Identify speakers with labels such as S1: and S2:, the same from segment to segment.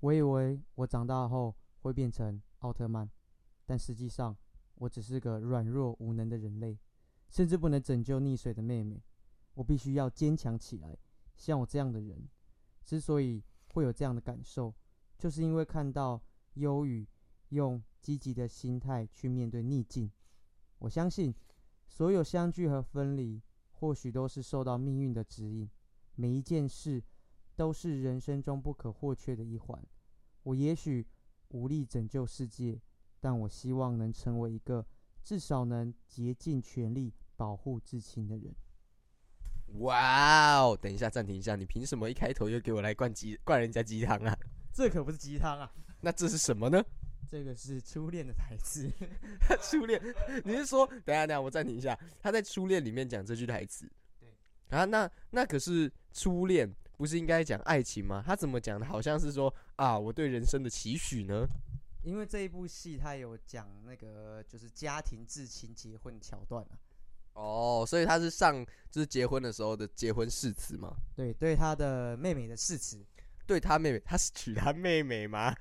S1: 我以为我长大后会变成奥特曼，但实际上我只是个软弱无能的人类，甚至不能拯救溺水的妹妹。我必须要坚强起来。像我这样的人，之所以会有这样的感受，就是因为看到忧郁用积极的心态去面对逆境。我相信，所有相聚和分离，或许都是受到命运的指引。每一件事都是人生中不可或缺的一环。我也许无力拯救世界，但我希望能成为一个至少能竭尽全力保护至亲的人。
S2: 哇哦！等一下，暂停一下，你凭什么一开头就给我来灌鸡灌人家鸡汤啊？
S1: 这可不是鸡汤啊，
S2: 那这是什么呢？
S1: 这个是初恋的台词。
S2: 他初恋， 你是说，等一下等一下，我暂停一下，他在初恋里面讲这句台词。
S1: 对
S2: 啊，那那可是初恋，不是应该讲爱情吗？他怎么讲的？好像是说啊，我对人生的期许呢？
S1: 因为这一部戏它有讲那个就是家庭至亲结婚桥段啊，
S2: 哦，所以他是上就是结婚的时候的结婚誓词吗？
S1: 对对他的妹妹的誓词，
S2: 对他妹妹，他是娶他妹妹 吗？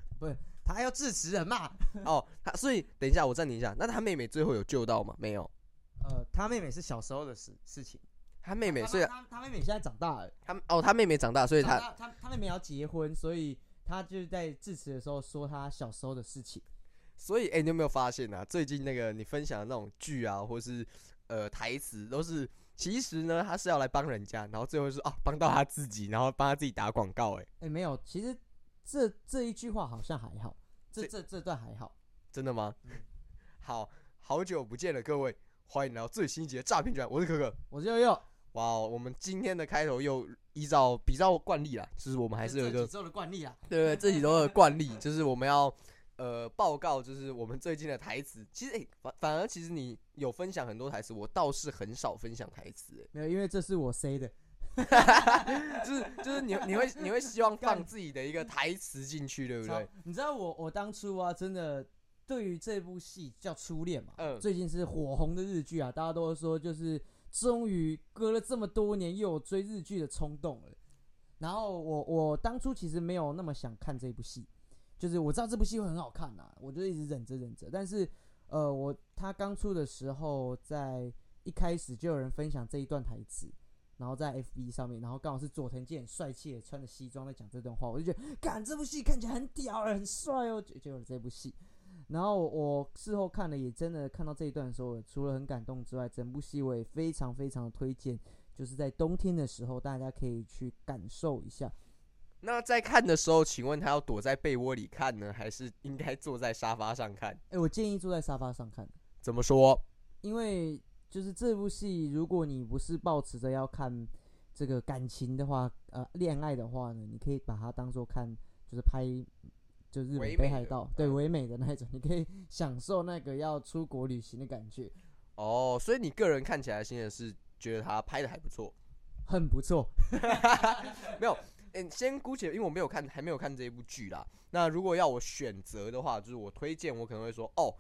S1: 他要致辞人嘛。
S2: 哦，他所以等一下，我暂停一下。那他妹妹最后有救到吗？没有，
S1: 呃，他妹妹是小时候的事事情，
S2: 他妹妹
S1: 他
S2: 所以
S1: 他他妹妹现在长大了，
S2: 他哦，他妹妹长大，所以
S1: 长
S2: 他
S1: 大他他妹妹要结婚，所以他就是在致辞的时候说他小时候的事情。
S2: 所以，哎、你有没有发现啊？最近那个你分享的那种剧啊，或是呃台词，都是其实呢，他是要来帮人家，然后最后是啊帮到他自己，然后帮他自己打广告、哎，
S1: 哎，没有，其实这这一句话好像还好，这
S2: 这
S1: 这这段还好。
S2: 真的
S1: 嗯
S2: 吗？ 好好久不见了，各位，欢迎来到最新一集的诈骗专，我是可可。
S1: 我是悠悠，
S2: 哇哦，我们今天的开头又依照比照惯例啦，就是我们还是有一个
S1: 这几周的惯例啊。
S2: 对对，这几周的惯例就是我们要呃报告，就是我们最近的台词。其实哎、反反而其实你有分享很多台词，我倒是很少分享台词、
S1: 没有，因为这是我 say 的。
S2: 哎就是就是你你会你会希望放自己的一个台词进去，对不
S1: 超
S2: 对？
S1: 你知道我我当初啊，真的对于这部戏叫《初恋》嘛，
S2: 嗯
S1: 最近是火红的日剧啊，大家都说就是终于隔了这么多年又有追日剧的冲动了。然后我我当初其实没有那么想看这部戏，就是我知道这部戏会很好看呐、我就一直忍着忍着。但是呃，我他刚出的时候，在一开始就有人分享这一段台词。然后在 FB 上面，然后刚好是佐藤健帅气的穿着西装在讲这段话，我就觉得干这部戏看起来很屌了，很帅哦，就就有了这部戏。然后我我事后看了，也真的看到这一段的时候，除了很感动之外，整部戏我也非常非常的推荐，就是在冬天的时候，大家可以去感受一下。
S2: 那在看的时候，请问他要躲在被窝里看呢，还是应该坐在沙发上看？
S1: 哎，我建议坐在沙发上看，
S2: 怎么说？
S1: 因为就是这部戏，如果你不是抱持着要看这个感情的话，呃，恋爱的话呢，你可以把它当做看，就是拍，就是日
S2: 唯
S1: 本北
S2: 美
S1: 海
S2: 的
S1: 道对
S2: 嗯
S1: 唯美的那一种，你可以享受那个要出国旅行的感觉，
S2: 哦，所以你个人看起来现在是觉得他拍的还不错。
S1: 很不错。
S2: 没有，嗯、先姑且，因为我没有看，还没有看这一部剧啦。那如果要我选择的话，就是我推荐，我可能会说，哦，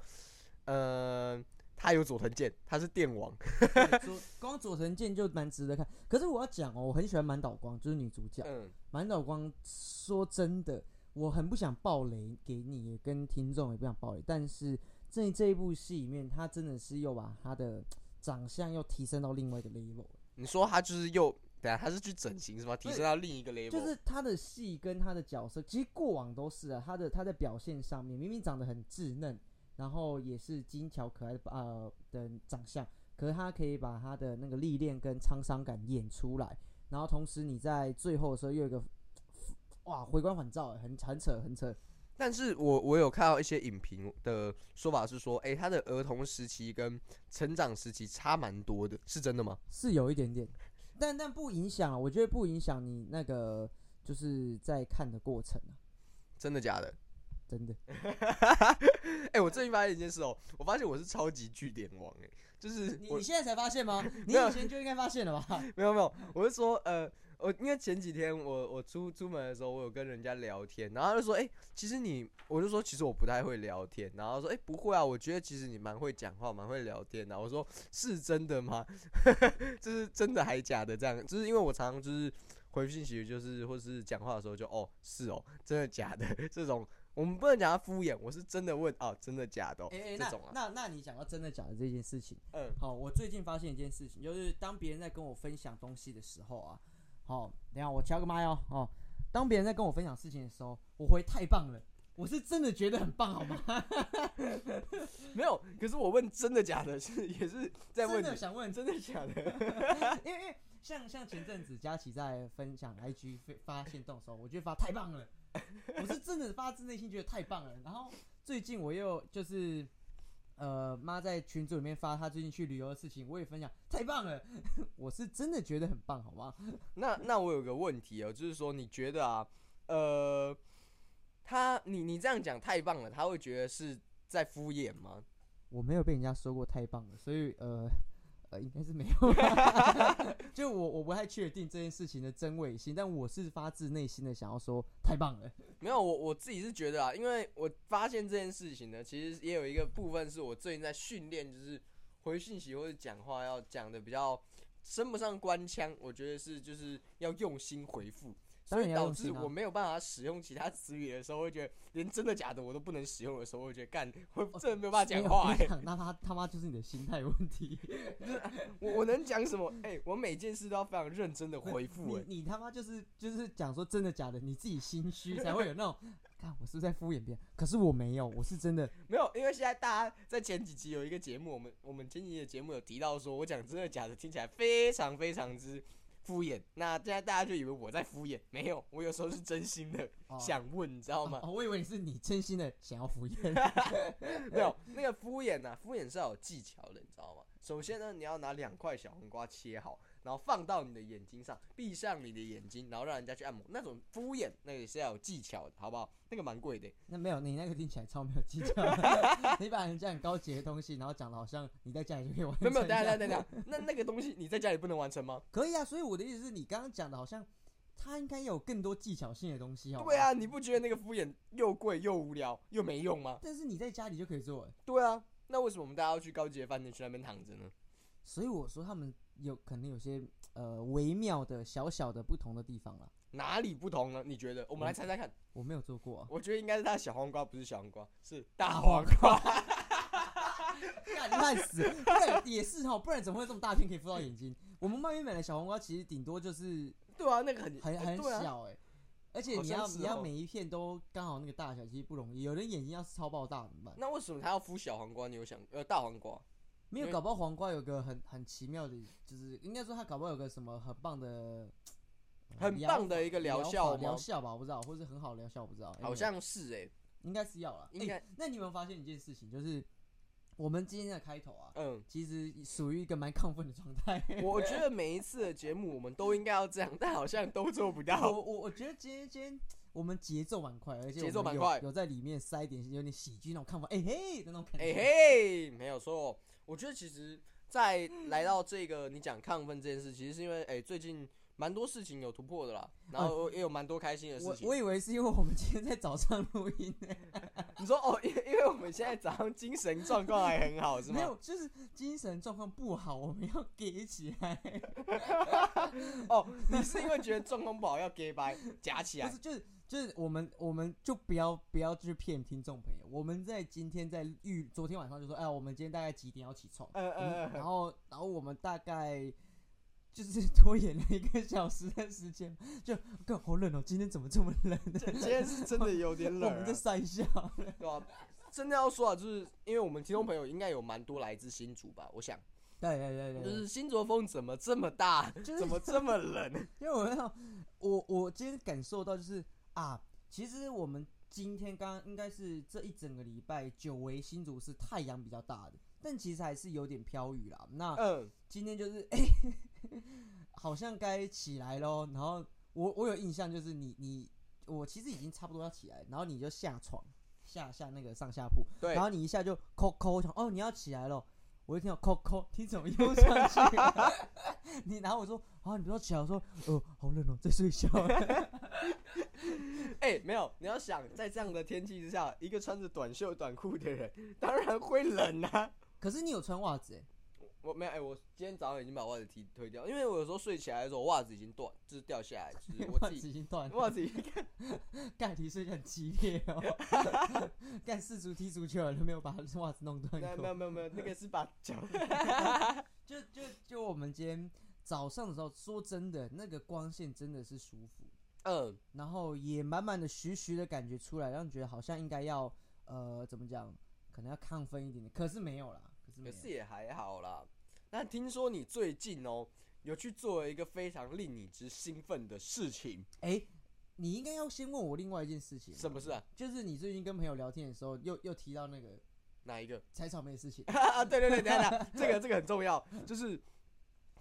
S2: 呃，他有佐藤健，他是电王，
S1: 对佐光佐藤健就蛮值得看。可是我要讲哦，我很喜欢满岛光，就是女主角。
S2: 嗯，
S1: 满岛光，说真的，我很不想爆雷给你，也跟听众也不想爆雷。但是在这一部戏里面，她真的是又把她的长相又提升到另外一个 level，了
S2: 你说他就是又，等下他是去整形是吗？提
S1: 对
S2: 升到另一个 level，
S1: 就是她的戏跟她的角色，其实过往都是啊，她的她在表现上面明明长得很稚嫩，然后也是精巧可爱的呃的长相，可是她可以把她的那个历练跟沧桑感演出来，然后同时你在最后的时候又有一个哇回光返照，很很扯很扯，
S2: 但是我我有看到一些影评的说法是说，诶，他的儿童时期跟成长时期差蛮多的，是真的吗？
S1: 是有一点点，但但不影响啊，我觉得不影响你那个就是在看的过程啊，
S2: 真的假的？
S1: 真的。
S2: 诶，我最近发现一件事哦、我发现我是超级据点王、诶，就是
S1: 你
S2: 我
S1: 你现在才发现吗？你
S2: 没有
S1: 以前就应该发现了吧？
S2: 没有没有，我是说，呃，我因为前几天我我出出门的时候，我有跟人家聊天，然后他就说，哎、其实你，我就说其实我不太会聊天，然后他说，哎、不会啊，我觉得其实你蛮会讲话，蛮会聊天的。我 说是真的吗？这是真的还假的？这样，就是因为我常常就是回信息就是或是讲话的时候就哦是哦，真的假的 这种，我们不能讲他敷衍，我是真的问哦，真的假的、哦
S1: 哎、哎
S2: 这种啊，
S1: 那那那你讲到真的假的这件事情，
S2: 嗯
S1: 好，我最近发现一件事情，就是当别人在跟我分享东西的时候啊，好，等一下我敲个麦哦，哦，当别人在跟我分享事情的时候，我回太棒了，我是真的觉得很棒，好吗？
S2: 没有，可是我问真的假的是也是在问
S1: 真
S2: 你
S1: 的想问，真
S2: 真的假的，
S1: 的， 因为因为像像前阵子佳琪在分享 IG 发现动的时候，我觉得发太棒了，我是真的发自内心觉得太棒了。然后最近我又就是。呃，妈在群组里面发她最近去旅游的事情，我也分享，太棒了！ 我是真的觉得很棒，好吗？
S2: 那那我有个问题哦，就是说你觉得啊，呃，他你你这样讲太棒了，他会觉得是在敷衍吗？
S1: 我没有被人家说过太棒了，所以呃呃，应该是没有吧。 就我我不太确定这件事情的真伪性，但我是发自内心的想要说太棒了。
S2: 没有，我我自己是觉得啊，因为我发现这件事情呢，其实也有一个部分是我最近在训练，就是回信息或者讲话要讲的比较升不上官腔，我觉得是就是要用心回复。
S1: 当
S2: 所
S1: 然
S2: 以
S1: 要
S2: 导
S1: 用
S2: 致
S1: 心啊
S2: 我没有办法使用其他词语的时候，会觉得连真的假的我都不能使用的时候，我会觉得干，我
S1: 哦
S2: 真的没有办法讲
S1: 我
S2: 话、欸
S1: 跟你。讲那他他妈就是你的心态问 题。
S2: 我我能讲什么？ 哎、我每件事都要非常认真的回复、
S1: 你
S2: 哎，
S1: 你他妈就是就是讲说真的假的，你自己心虚才会有那种，看我是不是在敷衍别人？可是我没有，我是真的。
S2: 没有，因为现在大家在前几集有一个节目，我们我们前几集的节目有提到说，我讲真的假的，听起来非常非常之敷衍。那现在大家就以为我在敷衍，没有，我有时候是真心的
S1: 哦
S2: 想问，你知道吗？
S1: 哦，我以为你是你真心的想要敷衍。
S2: 没
S1: 哎
S2: 有，那个敷衍呐、敷衍是要有技巧的，你知道吗？首先呢，你要拿两块小黄瓜切好，然后放到你的眼睛上，闭上你的眼睛，然后让人家去按摩，那种敷衍，那也是要有技巧的，好不好？那个蛮贵的、
S1: 那没有，你那个听起来超没有技巧的。 你把人家很高级的东西，然后讲的好像你在家里就可以完
S2: 没
S1: 成。
S2: 有没有，等一下等一下等一下，那那个东西你在家里不能完成 吗？
S1: 可以啊，所以我的意思是你刚刚讲的，好像他应该有更多技巧性的东西哦。
S2: 对，啊，你不觉得那个敷衍又贵又无聊又没用吗？
S1: 但是你在家里就可以做欸，
S2: 对啊，那为什么我们大家要去高级的饭店去那边躺着呢？
S1: 所以我说他们有可能有些呃微妙的小小的不同的地方啦，
S2: 哪里不同呢？你觉得？我们来猜猜看。
S1: 我没有做过、啊。
S2: 我觉得应该是它的小黄瓜，不是小黄瓜，是哦大黄瓜。
S1: 干烂死了，不然也是哦，不然怎么会这么大片可以敷到眼睛？我们外面买的小黄瓜其实顶多就是
S2: 对啊，那个很
S1: 很很
S2: 对啊
S1: 小哎、而且
S2: 好
S1: 你
S2: 像
S1: 要
S2: 是
S1: 你要
S2: 哦
S1: 每一片都刚好那个大小，其实不容易。有人眼睛要是超爆大怎么办？
S2: 那为什么他要敷小黄瓜？你有想呃大黄瓜？
S1: 没
S2: 因
S1: 有，
S2: 为
S1: 搞不好黄瓜有个很很奇妙的，就是应该说它搞不好有个什么很棒的，呃
S2: 很
S1: 疗
S2: 棒的一个疗
S1: 疗
S2: 效
S1: 法疗
S2: 吗
S1: 效吧，我不知道，或是很好的疗效，我不知道。
S2: 好
S1: anyway，
S2: 像是哎、
S1: 应该是要了。
S2: 应
S1: 哎
S2: 该
S1: 那你有没有发现一件事情，就是我们今天的开头啊，
S2: 嗯，
S1: 其实属于一个蛮亢奋的状态。
S2: 我觉得每一次的节目我们都应该要这样，但好像都做不到。
S1: 我我我觉得今天今天我们节奏蛮快，而且
S2: 节奏
S1: 我们
S2: 蛮
S1: 有
S2: 快
S1: 有在里面塞一点有点喜剧那种看法，哎、嘿的那 种感觉。
S2: 哎、嘿，没有错。我觉得其实，在来到这个你讲亢奋这件事，其实是因为哎、最近蛮多事情有突破的啦，然后也有蛮多开心的事
S1: 我
S2: 情。
S1: 我以为是因为我们今天在早上录音呢、
S2: 你说哦，因因为我们现在早上精神状况还很好，是吗？
S1: 没有，就是精神状况不好，我们要给起来，
S2: 哦，你是因为觉得状况不好要 gay 掰夹起
S1: 不
S2: 来
S1: 是就是就是我们我们就不要不要去骗听众朋友，我们在今天在预昨天晚上就说，哎呀，我们今天大概几点要起床，
S2: 呃
S1: 我们
S2: 呃
S1: 然
S2: 呃，
S1: 后然后我们大概就是 拖延了一个小时的时间，就更好冷哦，今天怎么这么冷？
S2: 这今天是真的有点
S1: 我
S2: 冷、
S1: 们
S2: 啊
S1: 在，晒笑。
S2: 对吧、真的要说啊，就是因为我们听众朋友应该有蛮多来自新竹吧，我想，
S1: 对对对对，
S2: 就
S1: 对
S2: 是新竹的风怎么这么大，
S1: 就是
S2: 嗯怎么这么冷？
S1: 因为我要我我今天感受到就是啊，其实我们今天刚刚应该是这一整个礼拜，久违新竹是太阳比较大的，但其实还是有点飘雨啦。那
S2: 嗯，
S1: 今天就是 哎、好像该起来喽。然后我我有印象就是你你我其实已经差不多要起来，然后你就下床下下那个上下铺，
S2: 对
S1: 然，后你一下就扣扣，我想哦你要起来了，我就听到扣扣，听怎么又上去、 你然后我说啊你不要起来，我说哦好冷哦，再睡一下。
S2: 哎、没有，你要想在这样的天气之下，一个穿着短袖短裤的人，当然会冷啊。
S1: 可是你有穿袜子哎、
S2: 我没有哎、我今天早上已经把袜子踢推掉，因为我有时候睡起来的时候袜子已经断，就是掉下来，就是我
S1: 袜
S2: 自
S1: 子
S2: 己
S1: 已经断了，
S2: 袜子已经
S1: 干踢是很激烈哦， 干四足踢足球了都没有把袜子弄断
S2: 没有
S1: 过
S2: 没。有没有没有，那个是把脚。
S1: 就就就我们今天早上的时候，说真的，那个光线真的是舒服，
S2: 嗯，
S1: 然后也满满的徐徐的感觉出来，让你觉得好像应该要呃怎么讲，可能要亢奋一点点，可是没有啦，可是没
S2: 可
S1: 有。
S2: 是也还好啦。那听说你最近哦，有去做了一个非常令你之兴奋的事情，
S1: 哎、你应该要先问我另外一件事情，
S2: 什么事啊？
S1: 就是你最近跟朋友聊天的时候，又又提到那个
S2: 哪一个？。
S1: 采草莓的事情
S2: 啊，对对对，等一下等一下，这个这个很重要，就是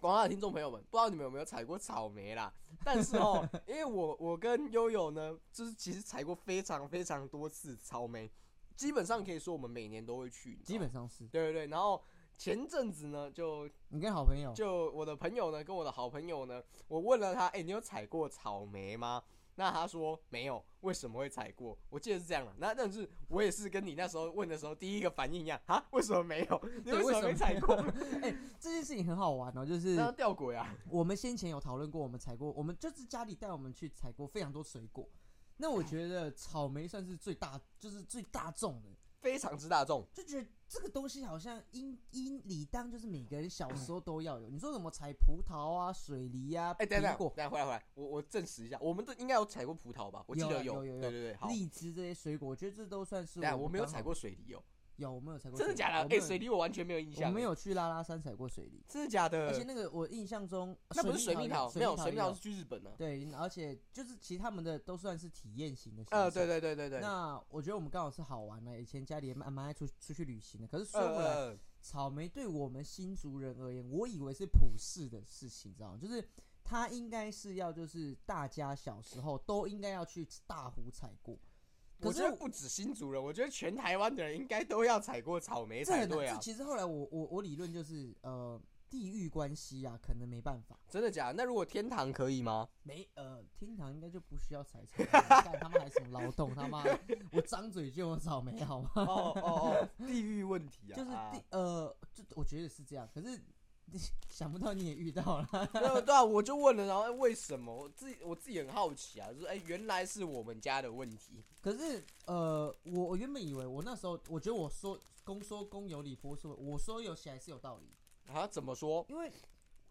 S2: 广大的听众朋友们，不知道你们有没有采过草莓啦？但 是哦，因为我我跟悠悠呢，就是其实采过非常非常多次草莓，基本上可以说我们每年都会去，你知道
S1: 基
S2: 吗
S1: 本上是
S2: 对对对，然后。前阵子呢，就
S1: 你跟好朋友，
S2: 就我的朋友呢，跟我的好朋友呢，我问了他，哎、你有采过草莓吗？那他说没有，为什么会采过？我记得是这样的。啊那但是我也是跟你那时候问的时候第一个反应一样，啊，为什么没 有？你
S1: 对
S2: 为什么没采过？？
S1: 哎、这件事情很好玩哦，就是
S2: 那吊诡啊！
S1: 我们先前有讨论过，我们采过，我们就是家里带我们去采过非常多水果。那我觉得草莓算是最大，就是最大众的，
S2: 非常之大众，
S1: 就觉得这个东西好像应应理当就是每个人小时候都要有。你说什么采葡萄啊、水梨啊、
S2: 哎、等一
S1: 苹
S2: 下等一下，
S1: 果、
S2: 等一下回来回来，我我证实一下，我们都应该有采过葡萄吧？我记
S1: 有
S2: 得
S1: 啊有有有
S2: 对对对，好。
S1: 荔枝这些水果，我觉得这都算是
S2: 等一下
S1: 我
S2: 我
S1: 们
S2: 没有
S1: 刚好
S2: 采，过水梨哦，
S1: 有我们有采过水
S2: 真
S1: 梨，
S2: 的假的？
S1: 我
S2: 哎、
S1: 们有
S2: 水梨我完全没有印象，
S1: 我们，有去拉拉山采过水梨，
S2: 真的假的？
S1: 而且那个我印象中
S2: 那不是
S1: 水
S2: 水蜜桃，
S1: 也
S2: 没有水
S1: 水
S2: 蜜
S1: 蜜
S2: 桃
S1: 桃
S2: 是去日本呢、
S1: 对，而且就是其他们的都算是体验型的。
S2: 呃，对。对对对对，
S1: 那我觉得我们刚好是好玩啊的，以前家里也蛮蛮爱出出去旅行的。可是说
S2: 呃
S1: 回来，
S2: 呃，呃
S1: 草莓对我们新族人而言，我以为是普世的事情，你知道吗？就是它应该是要就是大家小时候都应该要去大湖采过。可
S2: 我
S1: 是
S2: 觉得不止新竹人，我觉得全台湾的人应该都要采过草莓
S1: 这
S2: 才
S1: 很难，
S2: 对
S1: 这
S2: 啊！
S1: 其实后来我我我理论就是呃地域关系啊，可能没办法。
S2: 真的假的？那如果天堂可以吗？
S1: 没呃，天堂应该就不需要采草莓，干他们还什么劳动他妈的，我张嘴就有草莓好吗？
S2: 哦哦哦，地域问题啊，
S1: 就是
S2: 啊
S1: 第呃，就我觉得是这样，可是你 想不到你也遇到了，
S2: 对对啊，我就问了，然后哎为什么？我自己我自己很好奇啊，就是哎、原来是我们家的问题。
S1: 可是呃，我我原本以为我那时候，我觉得我说公说公有理，婆说我说有起来是有道理，
S2: 啊，怎么说？
S1: 因为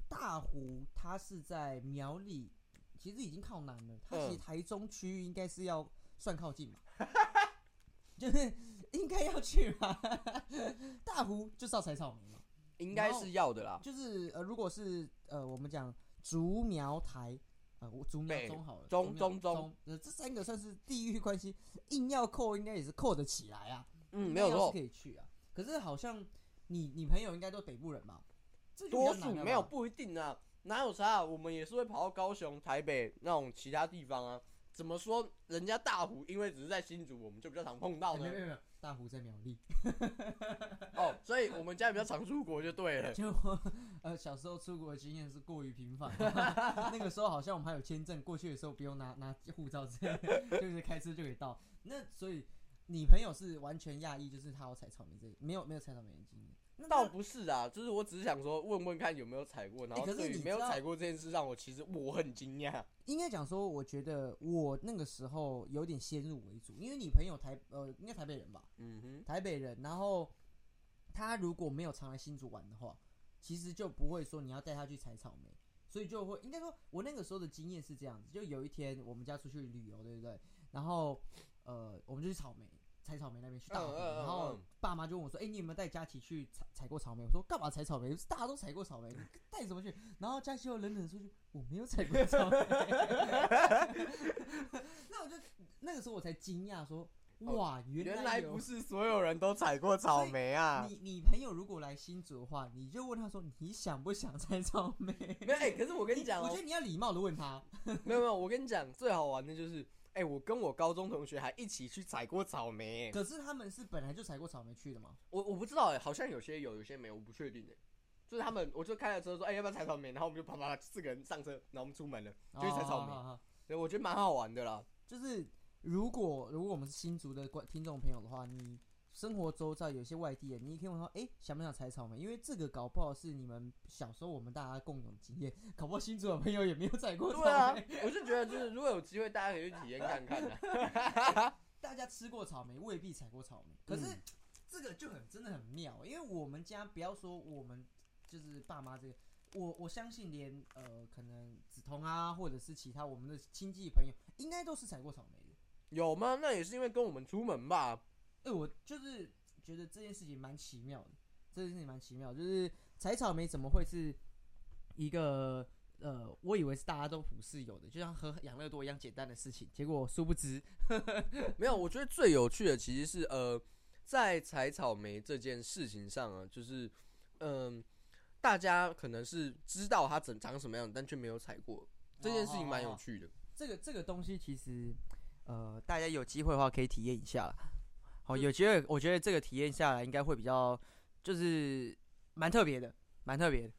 S1: 大湖它是在苗栗，其实已经靠南了，它其实
S2: 嗯
S1: 台中区域应该是要算靠近嘛， 就是应该要去嘛， 大湖就是要采草莓嘛。
S2: 应该
S1: 然后
S2: 是要的啦。
S1: 就是呃，如果是呃，我们讲竹苗台，呃，我竹苗
S2: 对
S1: 中好了，
S2: 中
S1: 竹苗
S2: 中中
S1: 中，呃，这三个算是地域关系，硬要扣应该也是扣得起来啊，
S2: 嗯，
S1: 应
S2: 没
S1: 该
S2: 有
S1: 要是
S2: 错
S1: 可，以去啊。可是好像你你朋友应该都北部人吧？这就比较
S2: 多数
S1: 难了
S2: 没有
S1: 吧
S2: 不一定啊，哪有差、啊？我们也是会跑到高雄、台北那种其他地方啊。怎么说？人家大湖，因为只是在新竹，我们就比较常碰到
S1: 哎没
S2: 呢
S1: 有。没有没有，大湖在苗栗，
S2: 哦， 所以我们家比较常出国就对 了。
S1: 就我呃小时候出国的经验是过于频繁，那个时候好像我们还有签证，过去的时候不用拿拿护照之类的，就是开车就可以到。那所以你朋友是完全讶异，就是他有采草莓这没有没有采草莓的经验。那
S2: 倒
S1: 他
S2: 不是啊，就是我只是想说问问看有没有踩过，然
S1: 哎
S2: 后
S1: 可是
S2: 对于
S1: 你
S2: 没有
S1: 知道
S2: 踩过这件事，让我其实我很惊讶。
S1: 应该讲说，我觉得我那个时候有点先入为主，因为你朋友台呃应该台北人吧，
S2: 嗯哼，
S1: 台北人，然后他如果没有常来新竹玩的话，其实就不会说你要带他去采草莓，所以就会应该说，我那个时候的经验是这样子，就有一天我们家出去旅游，对不对？然后呃，我们就去草莓采草莓那边去大湖，
S2: 嗯嗯嗯
S1: 然后
S2: 嗯
S1: 爸妈就问我说：“哎、你有没有带佳琪去采采过草莓？”我说：“干嘛采草莓？大家都采过草莓，你带什么去？”然后佳琪又冷冷地说句：“我没有采过草莓。” 那我就那个时候我才惊讶说：“
S2: 哦
S1: 哇，
S2: 原
S1: 来
S2: 来
S1: 有
S2: 不是所有人都踩过草莓啊。
S1: 你你朋友如果来新竹的话，你就问他说你想不想摘草莓？
S2: 没有、哎可是我跟你 讲
S1: 我
S2: 哦
S1: 觉得，你要礼貌的问他。
S2: 没有没有，我跟你讲，最好玩的就是，哎、我跟我高中同学还一起去采过草莓、哎
S1: 可是他们是本来就采过草莓去的嘛？
S2: 我我不知道、哎，好像有些有，有些没有，我不确定哎、就是他们，我就开着车说，哎、要不要采草莓？然后我们就啪啪啪四个人上车，然后我们出门了。就是采草莓
S1: 哦好好好
S2: 所以我觉得蛮好玩的啦。
S1: 就是如果如果我们是新竹的观听众朋友的话，你生活周遭有一些外地人，你一听我说，哎、想不想采草莓？因为这个搞不好是你们小时候我们大家共有的经验，搞不好新竹的朋友也没有采 过草
S2: 对啊
S1: 莓，，
S2: 我是觉得就是如果有机会，大家可以去体验看看啊的、
S1: 大家吃过草莓，未必采过草莓。可是、
S2: 嗯
S1: 这个就很真的很妙，因为我们家不要说我们就是爸妈这个，我我相信连呃可能梓潼啊，或者是其他我们的亲戚朋友，应该都是采过草莓的。
S2: 有吗？那也是因为跟我们出门吧。
S1: 哎、我就是觉得这件事情蛮奇妙的，这件事情蛮奇妙，就是采草莓怎么会是一个呃，我以为是大家都普世有的，就像喝养乐多一样简单的事情，结果殊不知，
S2: 没有，我觉得最有趣的其实是呃，在采草莓这件事情上啊，就是嗯、大家可能是知道它怎长什么样，但却没有采过，这件事情蛮有趣的。
S1: 这个这个东西其实，呃，大家有机会的话可以体验一下啦。
S2: 嗯
S1: 好，有机会，我觉得这个体验下来应该会比较，就是蛮特别的，蛮特别的。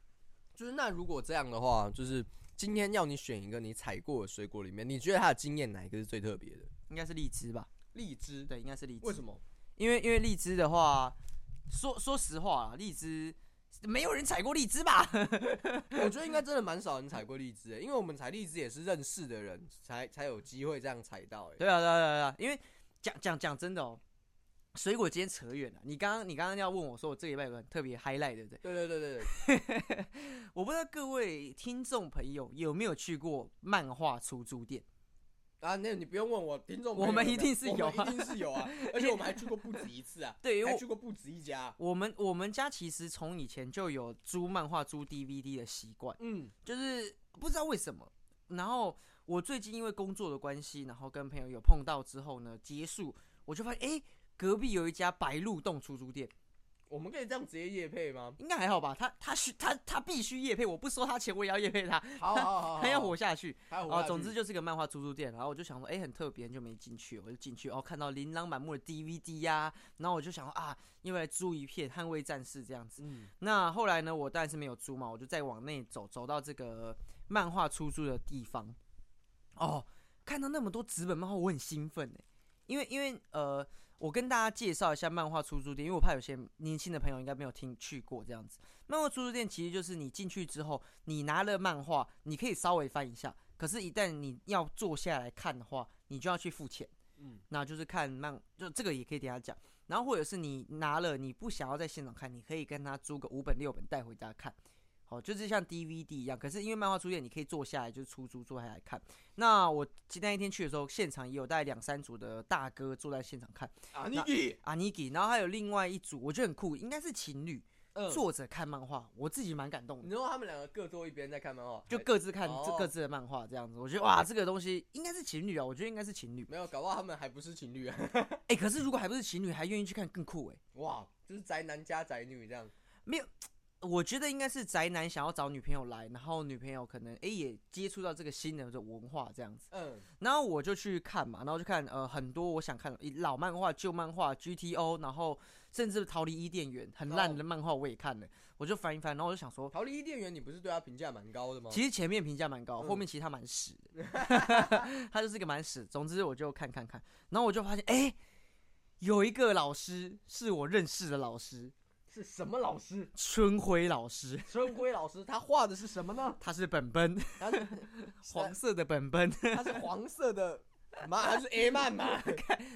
S2: 就是那如果这样的话，就是今天要你选一个你采过的水果里面，你觉得它的经验哪一个是最特别的？
S1: 应该是荔枝吧？
S2: 荔枝，
S1: 对，应该是荔枝。
S2: 为什么？
S1: 因为因为荔枝的话，说说实话啊，荔枝没有人采过荔枝吧？
S2: 我觉得应该真的蛮少人采过荔枝的，因为我们采荔枝也是认识的人才才有机会这样采到。哎，
S1: 对啊，对啊，对啊，对啊因为讲讲讲真的哦，水果今天扯远了。你刚刚你刚刚要问我说，我这礼拜有个很特别 highlight，对不对？
S2: 对对对对对，
S1: 我不知道各位听众朋友有没有去过漫画出租店？
S2: 啊，那你不用问我，听众朋友
S1: 我们
S2: 有没有
S1: 一定是有啊
S2: 我们一定是有 啊，而且我们还去过不止一次啊，
S1: 对，因为
S2: 还
S1: 我
S2: 去过不止一家。
S1: 我们我们家其实从以前就有租漫画、租 DVD 的习惯，
S2: 嗯，
S1: 就是不知道为什么。然后我最近因为工作的关系，然后跟朋友有碰到之后呢，结束我就发现，哎、隔壁有一家白鹿洞出租店，
S2: 我们可以这样直接夜配吗？
S1: 应该还好吧？他 他需他他必须业配，我不收他钱，我也要业配他，
S2: 好好好，
S1: 他要活下去。
S2: 还有
S1: 哦，总之就是个漫画出租店，然后我就想说，哎、很特别，就没进去，我就进去，哦，看到琳琅满目的 DVD 呀、然后我就想说啊，因为来租一片《捍卫战士》这样子。
S2: 嗯，
S1: 那后来呢，我当然是没有租嘛，我就再往内走，走到这个漫画出租的地方，哦，看到那么多纸本漫画，我很兴奋哎，因为因为呃，我跟大家介绍一下漫画出租店，因为我怕有些年轻的朋友应该没有听去过这样子。漫画出租店其实就是你进去之后，你拿了漫画，你可以稍微翻一下，可是，一旦你要坐下来看的话，你就要去付钱。
S2: 嗯，
S1: 那就是看漫，就这个也可以等一下讲。然后或者是你拿了，你不想要在现场看，你可以跟他租个五本六本带回家看。好，就是像 DVD 一样，可是因为漫画书店，你可以坐下来，就是出租坐下来看。那我今天一天去的时候，现场也有大概两三组的大哥坐在现场看
S2: 啊，Niki，
S1: 阿尼给，然后还有另外一组，我觉得很酷，应该是情侣
S2: 嗯，
S1: 坐着看漫画，我自己蛮感动的
S2: 你。说他们两个各坐一边在看漫画，
S1: 就
S2: 还
S1: 各自看
S2: 哦
S1: 这各自的漫画这样子，我觉得哇，这个东西应该是情侣啊，我觉得应该是情侣。
S2: 没有，搞不好他们还不是情侣啊。
S1: 哎、可是如果还不是情侣，还愿意去看更酷哎、
S2: 哇，就是宅男加宅女这样。
S1: 我觉得应该是宅男想要找女朋友来，然后女朋友可能哎、也接触到这个新的文化这样子，
S2: 嗯，
S1: 然后我就去看嘛，然后就看呃很多我想看的老漫画、旧漫画、GTO，然后甚至逃离伊甸园很烂
S2: 哦
S1: 的漫画我也看了，我就翻一翻，然后我就想说，
S2: 逃离伊甸园，你不是对他评价蛮高的吗？
S1: 其实前面评价蛮高，
S2: 哦嗯
S1: 后面其实他蛮屎的， 他就是个蛮屎。总之我就看看看，然后我就发现，哎、有一个老师是我认识的老师，
S2: 是什么老师？
S1: 春晖老师，
S2: 春晖老师，他画的是什么呢？
S1: 他是本本，
S2: 他是啊
S1: 黄色的本本，
S2: 他是黄 色的吗？他是 A 漫吗？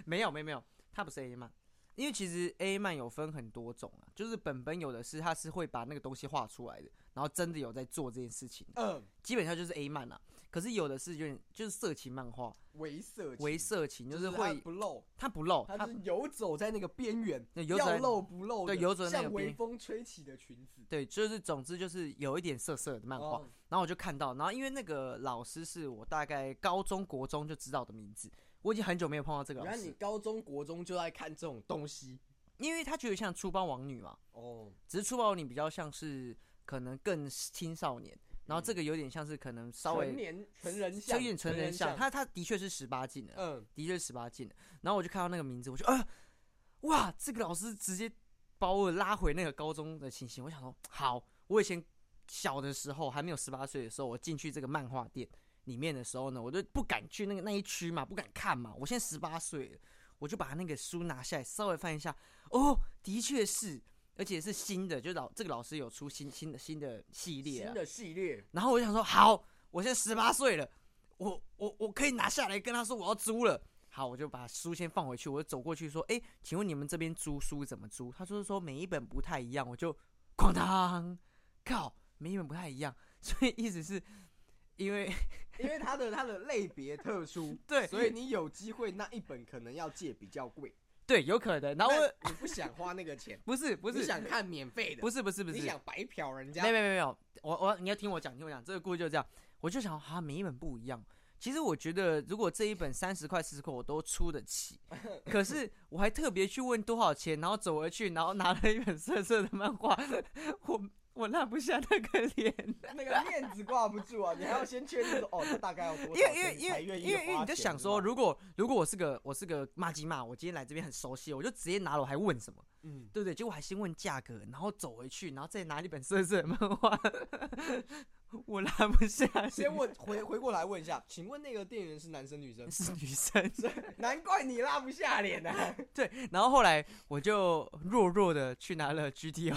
S1: 没有没有没有，他不是 A 漫。因为其实 A 漫有分很多种啊，就是本本有的是他是会把那个东西画出来的，然后真的有在做这件事情，
S2: 嗯，
S1: 基本上就是 A 漫啊。可是有的是有点就是色情漫画，
S2: 微色情，
S1: 为色情，就是
S2: 它
S1: 会
S2: 不露，
S1: 它不露，
S2: 他就是游走在那个边缘，
S1: 那游走
S2: 要
S1: 在
S2: 露不露的，
S1: 对游走在那个
S2: 像微
S1: 边
S2: 风吹起的裙子。
S1: 对，就是总之就是有一点色色的漫画，
S2: 哦
S1: 然后我就看到，然后因为那个老师是我大概高中国中就知道的名字，我已经很久没有碰到这个
S2: 原
S1: 老
S2: 来你
S1: 师，
S2: 高中国中就爱看这种东西
S1: 因为他觉得像出包王女嘛，
S2: 哦，
S1: 只是出包王女比较像是可能更青少年，然后这
S2: 嗯
S1: 个有点像是可能稍
S2: 成
S1: 微
S2: 年成人
S1: 就
S2: 像，
S1: 有点成人像，
S2: 像。
S1: 他他的确是十八禁的，
S2: 嗯，
S1: 的确十八禁的。然后我就看到那个名字，我就啊，哇，这个老师直接把我拉回那个高中的情形。我想说，好，我以前小的时候还没有十八岁的时候，我进去这个漫画店里面的时候呢，我就不敢去那个那一区嘛，不敢看嘛。我现在十八岁了，我就把那个书拿下来稍微翻一下，哦，的确是，而且是新的，就老这个老师有出新新的新的系列、啊
S2: 新，的系列，
S1: 然后我就想说，好，我现在十八岁了，我我我可以拿下来跟他说我要租了。好，我就把书先放回去，我就走过去说，哎、请问你们这边租书怎么租？他就是说每一本不太一样，我就哐当，靠，每一本不太一样， 所以意思是因为，
S2: 因为它的它的类别特殊
S1: 对
S2: 所以你有机会那一本可能要借比较贵，
S1: 对有可能，然后我，
S2: 但你不想花那个钱
S1: 不是不
S2: 你
S1: 是
S2: 想看免费的，
S1: 不是不是不是
S2: 你，想白嫖人家
S1: 没有，没有没有，我我你要听我讲，听我讲，这个故事就是这样。我就想啊，每一本不一样。其实我觉得，如果这一本三十块、四十块，我都出得 起。可是我还特别去问多少钱，然后走回去，然后拿了一本色色的漫画， 我我拉不下那个脸，
S2: 那个面子挂不住啊，你还要先确定说哦，他大概要多少
S1: 因为
S2: 钱
S1: 因为
S2: 你
S1: 因
S2: 才
S1: 为
S2: 愿意
S1: 因为因为
S2: 花
S1: 你就
S2: 钱
S1: 想
S2: 是
S1: 说，
S2: 吗
S1: 如果如果我是个我是个骂鸡骂，我今天来这边很熟悉，我就直接拿了，我还问什么？
S2: 嗯，
S1: 对不对？结果还先问价格，然后走回去，然后再拿一本色色的漫画， 我拉不下脸，？
S2: 先问回回过来问一下，请问那个店员是男生女生
S1: 是女生。
S2: 难怪你拉不下脸啊！
S1: 对，然后后来我就弱弱的去拿了 GTO。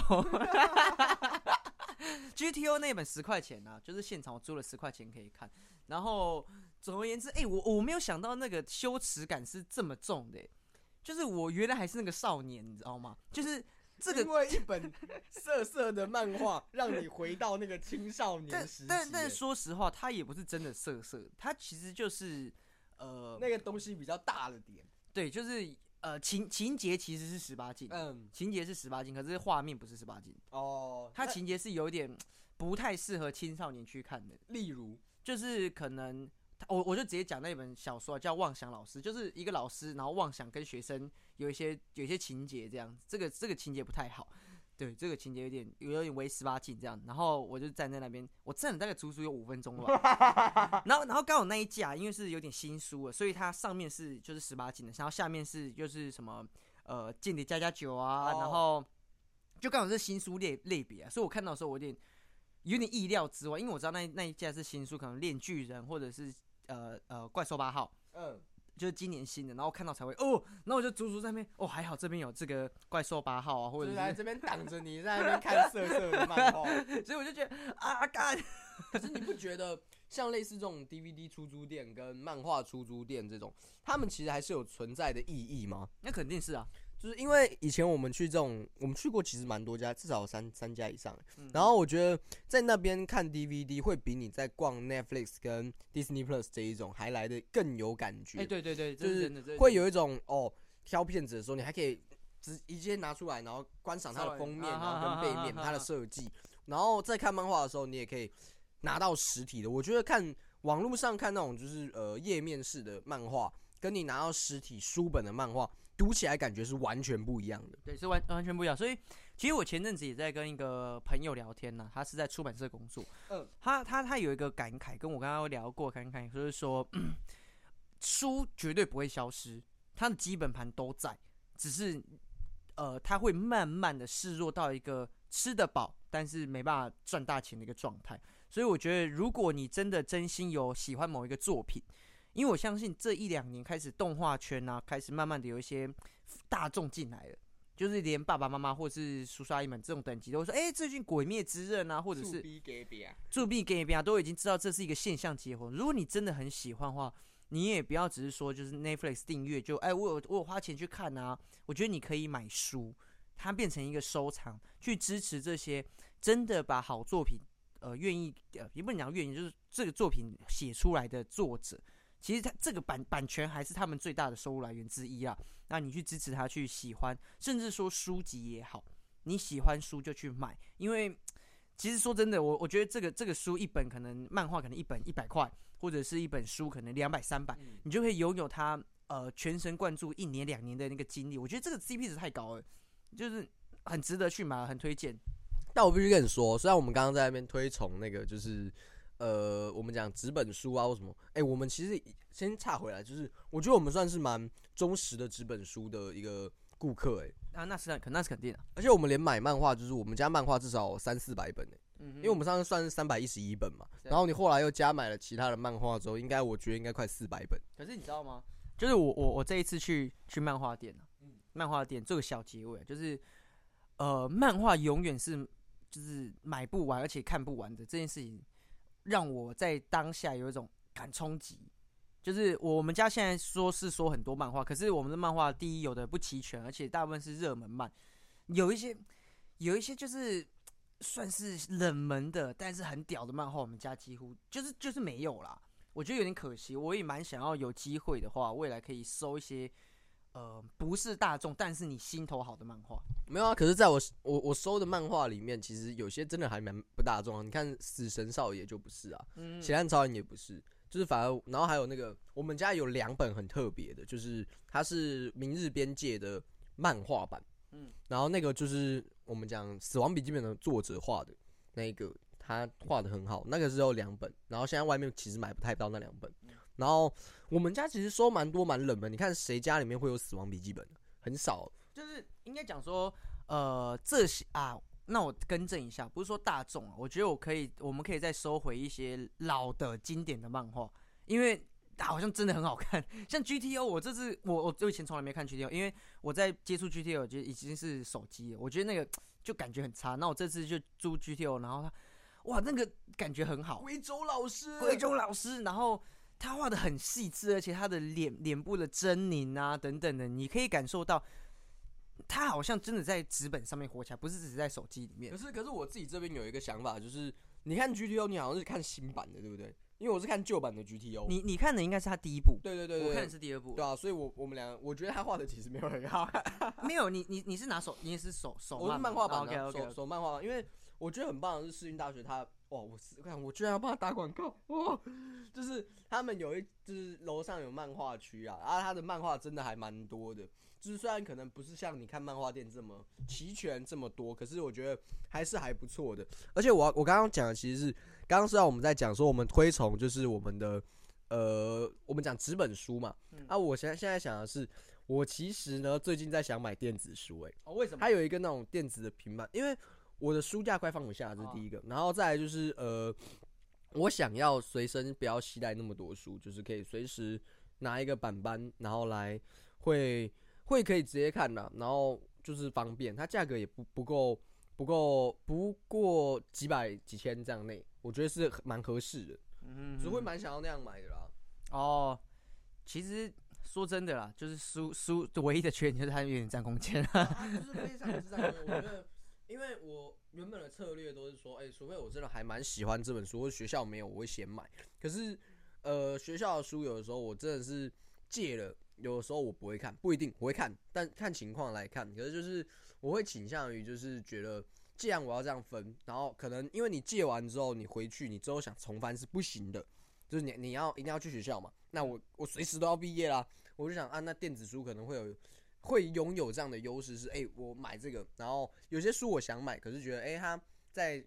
S1: GTO 那本十块钱啊，就是现场我租了十块钱可以看。然后总而言之，哎、我我没有想到那个羞耻感是这么重的、就是我原来还是那个少年，你知道吗？就是 这个
S2: 因为一本色色的漫画，让你回到那个青少年
S1: 但
S2: 时期。
S1: 但但
S2: 欸
S1: 说实话，它也不是真的色色，它其实就是呃，
S2: 那个东西比较大了点，
S1: 对，就是呃情情节其实是十八禁，
S2: 嗯，
S1: 情节是十八禁，可是画面不是十八禁。
S2: 哦，
S1: 它
S2: 那
S1: 情节是有点不太适合青少年去看的，
S2: 例如，
S1: 就是可能我我就直接讲那本小说啊叫《妄想老师》，就是一个老师，然后妄想跟学生有一些有一些情节这样，这个这个情节不太好。对，这个情节有点有点为十八禁这样，然后我就站在那边，我站了大概足足有五分钟了吧，然后然后刚好那一架因为是有点新书了，所以它上面是就是十八禁的，然后下面是就是什么呃间谍加加酒啊，
S2: 哦
S1: 然后就刚好是新书类类别啊，所以我看到的时候我有点有点意料之外，因为我知道那那一架是新书，可能《炼巨人》或者是呃呃《怪兽八号》，
S2: 嗯，
S1: 就是今年新的，然后看到才会哦，然后我就足足在那边哦，还好这边有这个怪兽八号啊，或
S2: 就
S1: 者
S2: 是来
S1: 是，
S2: 这边挡着你，在那边看色色的漫画。
S1: 所以我就觉得啊，干，
S2: 可是你不觉得像类似这种 DVD 出租店跟漫画出租店这种，他们其实还是有存在的意义吗？
S1: 那肯定是啊，
S2: 就是因为以前我们去这种，我们去过其实蛮多家，至少有三三家以上。
S1: 嗯
S2: 然后我觉得在那边看 DVD 会比你在逛 Netflix 跟 Disney Plus 这一种还来的更有感觉。
S1: 哎、对对对，这
S2: 就是
S1: 真的，这是
S2: 会
S1: 真的
S2: 有一种哦，挑片子的时候你还可以直直接拿出来，然后观赏它
S1: 稍
S2: 的
S1: 微
S2: 封面，
S1: 啊
S2: 然
S1: 哈
S2: 后跟背面
S1: 哈哈
S2: 它的
S1: 哈
S2: 设计，然后再看漫画的时候，你也可以拿到实体的。我觉得看网络上看那种就是呃页面式的漫画，跟你拿到实体书本的漫画读起来感觉是完全不一样的。
S1: 对，是完完全不一样。所以其实我前阵子也在跟一个朋友聊天呢、他是在出版社工作，
S2: 嗯
S1: 他他他有一个感慨，跟我刚刚有聊过感慨，就是说 书绝对不会消失，它的基本盘都在，只是呃，它会慢慢的示弱到一个吃得饱，但是没办法赚大钱的一个状态。所以我觉得，如果你真的真心有喜欢某一个作品，因为我相信这一两年开始动画圈啊，开始慢慢的有一些大众进来了。就是连爸爸妈妈或是叔叔阿姨们这种等级都会说，哎、最近《鬼灭之刃》啊，或者是
S2: 给别啊，
S1: 注必给别人都已经知道这是一个现象结婚。如果你真的很喜欢的话，你也不要只是说就是 Netflix 订阅就哎，我有我有花钱去看啊。我觉得你可以买书，它变成一个收藏，去支持这些真的把好作品，呃，愿意呃，也不能讲愿意，就是这个作品写出来的作者，其实他这个版版权还是他们最大的收入来源之一啊。那你去支持他，去喜欢，甚至说书籍也好，你喜欢书就去买，因为其实说真的，我我觉得这个这个书一本可能漫画可能一本一百块，或者是一本书可能两百三百，你就可以拥有它呃全神贯注一年两年的那个精力。我觉得这个 CP 值太高了，就是很值得去买，很推荐。
S2: 但我必须跟你说，虽然我们刚刚在那边推崇那个，就是呃，我们讲纸本书啊或什么，哎、我们其实先岔回来，就是我觉得我们算是蛮忠实的纸本书的一个顾客、哎，
S1: 啊，那是肯那是肯定的、
S2: 而且我们连买漫画，就是我们家漫画至少有三四百本、哎，
S1: 嗯，
S2: 因为我们上次算是三百一十一本嘛，
S1: 对
S2: 然后你后来又加买了其他的漫画之后，应该我觉得应该快四百本。
S1: 可是你知道吗？就是我我我这一次去去漫画店啊漫画店做个小结尾啊，就是呃，漫画永远是就是买不完而且看不完的这件事情，让我在当下有一种感冲击。就是我们家现在说是说很多漫画，可是我们的漫画第一有的不齐全，而且大部分是热门漫，有一些有一些就是算是冷门的，但是很屌的漫画，我们家几乎就是就是没有啦。我觉得有点可惜，我也蛮想要有机会的话，未来可以收一些呃不是大众，但是你心头好的漫画。
S2: 没有啊，可是在我我我收的漫画里面，其实有些真的还蛮不大众啊。你看《死神少爷》就不是啊，
S1: 嗯
S2: 《血战超人》也不是，就是反而然后还有那个我们家有两本很特别的，就是它是《明日边界》的漫画版，嗯
S1: 嗯，
S2: 然后那个就是我们讲《死亡笔记本》的作者画的那一个，他画的很好，那个时候两本，然后现在外面其实买不太到那两本，然后我们家其实收蛮多蛮冷门，你看谁家里面会有《死亡笔记本》的？很少，
S1: 就是应该讲说，呃，这些啊，那我更正一下，不是说大众啊，我觉得我可以，我们可以再收回一些老的经典的漫画，因为好像真的很好看。 像 GTO，我这次我我以前从来没看 GTO，因为我在接触 GTO 就已经是手机了，我觉得那个就感觉很差。那我这次就租 GTO，然后它，哇，那个感觉很好，
S2: 贵州老师，
S1: 贵州老师，然后他画的很细致，而且他的脸脸部的狰狞啊等等的，你可以感受到他好像真的在纸本上面活起来，不是只是在手机里面
S2: 可。是可是我自己这边有一个想法，就是你看 GTO，你好像是看新版的，对不对？因为我是看旧版的 GTO。
S1: 你你看的应该是他第一部，
S2: 对对对对，
S1: 我看的
S2: 对
S1: 是第二部
S2: 对。啊，所以我我们俩，我觉得他画的其实没有很好看。
S1: 没有，你你你是拿手，你也是手手啊
S2: 我是漫
S1: 漫
S2: 画版
S1: OK
S2: 的，
S1: OK
S2: 手手漫画版，因为我觉得很棒的是世新大学他，哇，我是看我居然要帮他打广告，哇，就是他们有一就是楼上有漫画区啊，啊，他的漫画真的还蛮多的，就是虽然可能不是像你看漫画店这么齐全这么多，可是我觉得还是还不错的。而且我要我刚刚讲的其实是，刚刚虽然我们在讲说我们推崇就是我们的呃，我们讲纸本书嘛，
S1: 嗯
S2: 啊，我现在现在想的是。我其实呢，最近在想买电子书、欸，
S1: 哦，为什么？
S2: 它有一个那种电子的平板，因为我的书架快放不下，
S1: 哦
S2: 这是第一个。然后再来就是呃，我想要随身不要携带那么多书，就是可以随时拿一个板板，然后来会会可以直接看的，然后就是方便，它价格也不不够不够不过几百几千这样内，我觉得是蛮合适的，
S1: 嗯
S2: 只会蛮想要那样买的啦。
S1: 哦，其实说真的啦，就是书书唯一的缺点就是它有点占空间。
S2: 啊就是非常之赞同。我觉得，因为我原本的策略都是说，哎、除非我真的还蛮喜欢这本书，或者学校没有，我会先买。可是，呃，学校的书有的时候我真的是借了，有的时候我不会看，不一定我会看，但看情况来看。可是就是我会倾向于就是觉得。既然我要这样分，然后可能因为你借完之后，你回去你之后想重翻是不行的，就是你你要一定要去学校嘛。那我我随时都要毕业啦，我就想啊，那电子书可能会有会拥有这样的优势是，哎、我买这个，然后有些书我想买，可是觉得，哎、它在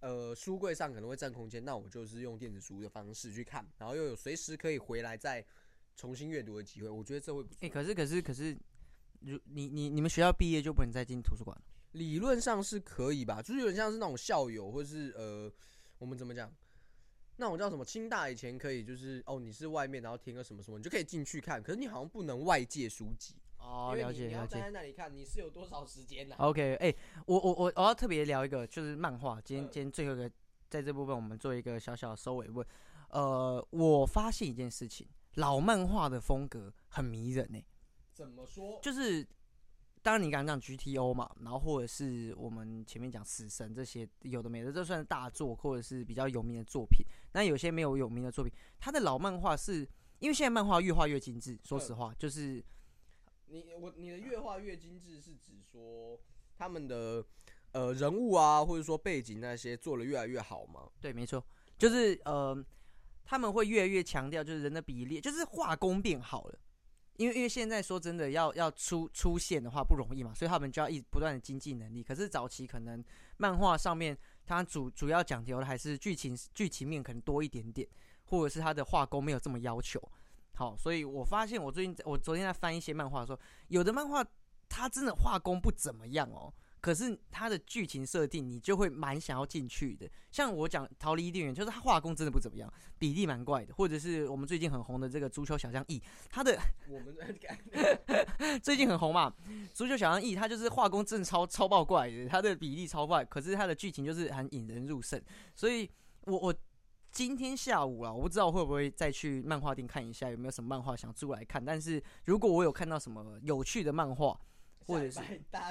S2: 呃书柜上可能会占空间，那我就是用电子书的方式去看，然后又有随时可以回来再重新阅读的机会，我觉得这会不错。
S1: 哎，可是可是可是，如你你你们学校毕业就不能再进图书馆了？
S2: 理论上是可以吧，就是有点像是那种校友，或是呃，我们怎么讲，那种叫什么清大以前可以就是哦，你是外面然后填个什么什么，你就可以进去看，可是你好像不能外界书籍，
S1: 哦，
S2: 因
S1: 了
S2: 为你
S1: 解
S2: 你
S1: 了
S2: 要
S1: 解
S2: 站。在那里看，你是有多少时间呐、
S1: OK，哎、我我我我要特别聊一个，就是漫画。今天
S2: 嗯
S1: 今天最后一个，在这部分我们做一个小小的收尾问。呃，我发现一件事情，老漫画的风格很迷人呢、
S2: 怎么说？
S1: 就是当然你刚刚讲 GTO 嘛，然后或者是我们前面讲死神这些有的没的，这算是大作或者是比较有名的作品。那有些没有有名的作品，它的老漫画是因为现在漫画越画越精致，说实话，就是
S2: 你我你的越画越精致，是指说他们的呃人物啊，或者说背景那些做的越来越好吗？
S1: 对，没错，就是呃，他们会越来越强调就是人的比例，就是画工变好了。因为因为现在说真的要要出出现的话不容易嘛，所以他们就要一直不断的经济能力。可是早期可能漫画上面它主主要讲究的还是剧情剧情面可能多一点点，或者是它的画工没有这么要求。好，所以我发现我最近在我昨天在翻一些漫画的时候，有的漫画它真的画工不怎么样哦，可是它的剧情设定你就会蛮想要进去的。像我讲《逃离伊甸园》，就是它画工真的不怎么样，比例蛮怪的，或者是我们最近很红的这个《足球小将 E》，它的
S2: 我们
S1: 最近很红嘛，《足球小将 E》它就是画工真的超超爆怪的，它的比例超怪，可是它的剧情就是很引人入胜，所以我我今天下午啊，我不知道会不会再去漫画店看一下有没有什么漫画想租来看，但是如果我有看到什么有趣的漫画，或者是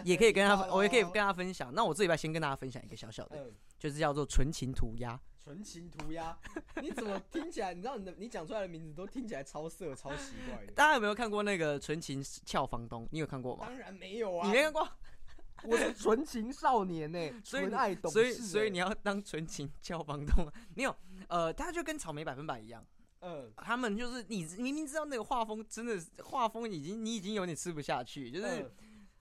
S1: 也可以跟他分，我也可以跟他分享。那我这礼拜先跟大家分享一个小小的，
S2: 嗯，
S1: 就是叫做《纯情涂鸦》。
S2: 纯情涂鸦，你怎么听起来？你知道你的你讲出来的名字都听起来超色、超奇怪的。
S1: 大家有没有看过那个《纯情俏房东》？你有看过吗？
S2: 当然没有啊，
S1: 你没看过，
S2: 我是纯情少年呢、
S1: 所以
S2: 纯爱懂事、
S1: 所以
S2: 欸
S1: 所以你，要当纯情俏房东啊？没有，呃，他就跟草莓百分百一样，
S2: 嗯，
S1: 他们就是你明明知道那个画风真的是画风已经你已经有点吃不下去，就是、
S2: 嗯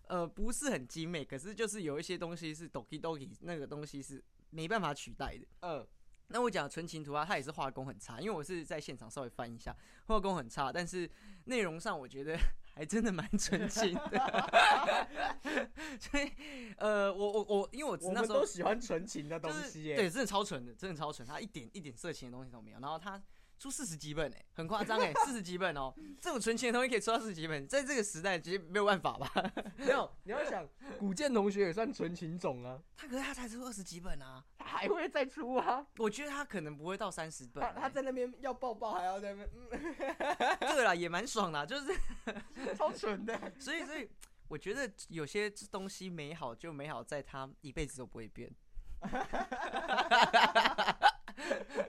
S1: 呃不是很精美，可是就是有一些东西是 doki doki 那个东西是没办法取代的。
S2: 嗯，
S1: 那我讲纯情图啊，它也是画工很差，因为我是在现场稍微翻一下，画工很差，但是内容上我觉得 还真的蛮纯情的。 所以，呃，我我我，因为我
S2: 我
S1: 那
S2: 们
S1: 时候
S2: 都喜欢纯情的东
S1: 就是
S2: 西耶、
S1: 对，真的超纯的，真的超纯，它一点一点色情的东西都没有。然后它出四十几本哎、很夸张哎，四十几本哦，这种纯情的东西可以出到四十几本，在这个时代其实没有办法吧？
S2: 没有，你要想，古剑同学也算纯情种啊，
S1: 他可是他才出二十几本啊，
S2: 他还会再出啊。
S1: 我觉得他可能不会到三十本、
S2: 他
S1: 欸。
S2: 他在那边要抱抱，还要在那边，
S1: 对啦，也蛮爽啦，就是。
S2: 嗯，超蠢的。
S1: 所以，所以我觉得有些东西美好就美好在它一辈子都不会变。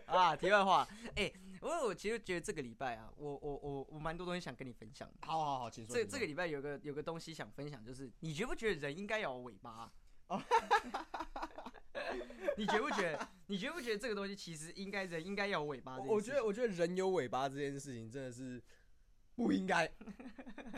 S1: 啊，题外话，哎、我我其实觉得这个礼拜啊，我我我我蛮多东西想跟你分享的。
S2: 好好好，请说。
S1: 这
S2: 请
S1: 这
S2: 说
S1: 个礼拜有个有个东西想分享，就是你觉不觉得人应该要有尾巴啊、
S2: 哦
S1: 你觉不觉得？你觉不觉得这个东西其实应该人应该要有尾巴这件事情？
S2: 我我觉得，我觉得人有尾巴这件事情真的是不应 该。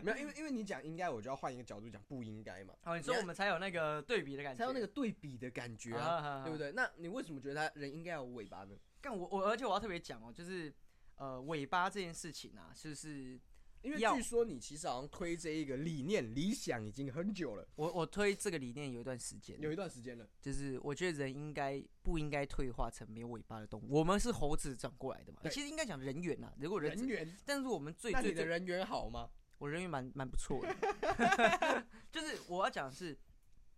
S2: 没有，因为因为你讲应该，我就要换一个角度讲不应该嘛，
S1: 哦，你说我们才有那个对比的感觉，
S2: 才有那个对比的感觉啊，
S1: 啊
S2: 对不？对？那你为什么觉得他人应该有尾巴呢？
S1: 但我我而且我要特别讲哦，就是呃尾巴这件事情啊，就是
S2: 因为
S1: 要
S2: 据说你其实好像推这一个理念、理想已经很久了，
S1: 我我推这个理念有一段时间，
S2: 有一段时间了。
S1: 就是我觉得人应该不应该退化成没有尾巴的动物？我们是猴子长过来的嘛，
S2: 对
S1: 其实应该讲人猿呐、如果人
S2: 人缘，
S1: 但是我们最
S2: 那
S1: 最
S2: 你的
S1: 最，
S2: 人缘好吗？
S1: 我人缘蛮蛮不错的， 就是我要讲的是。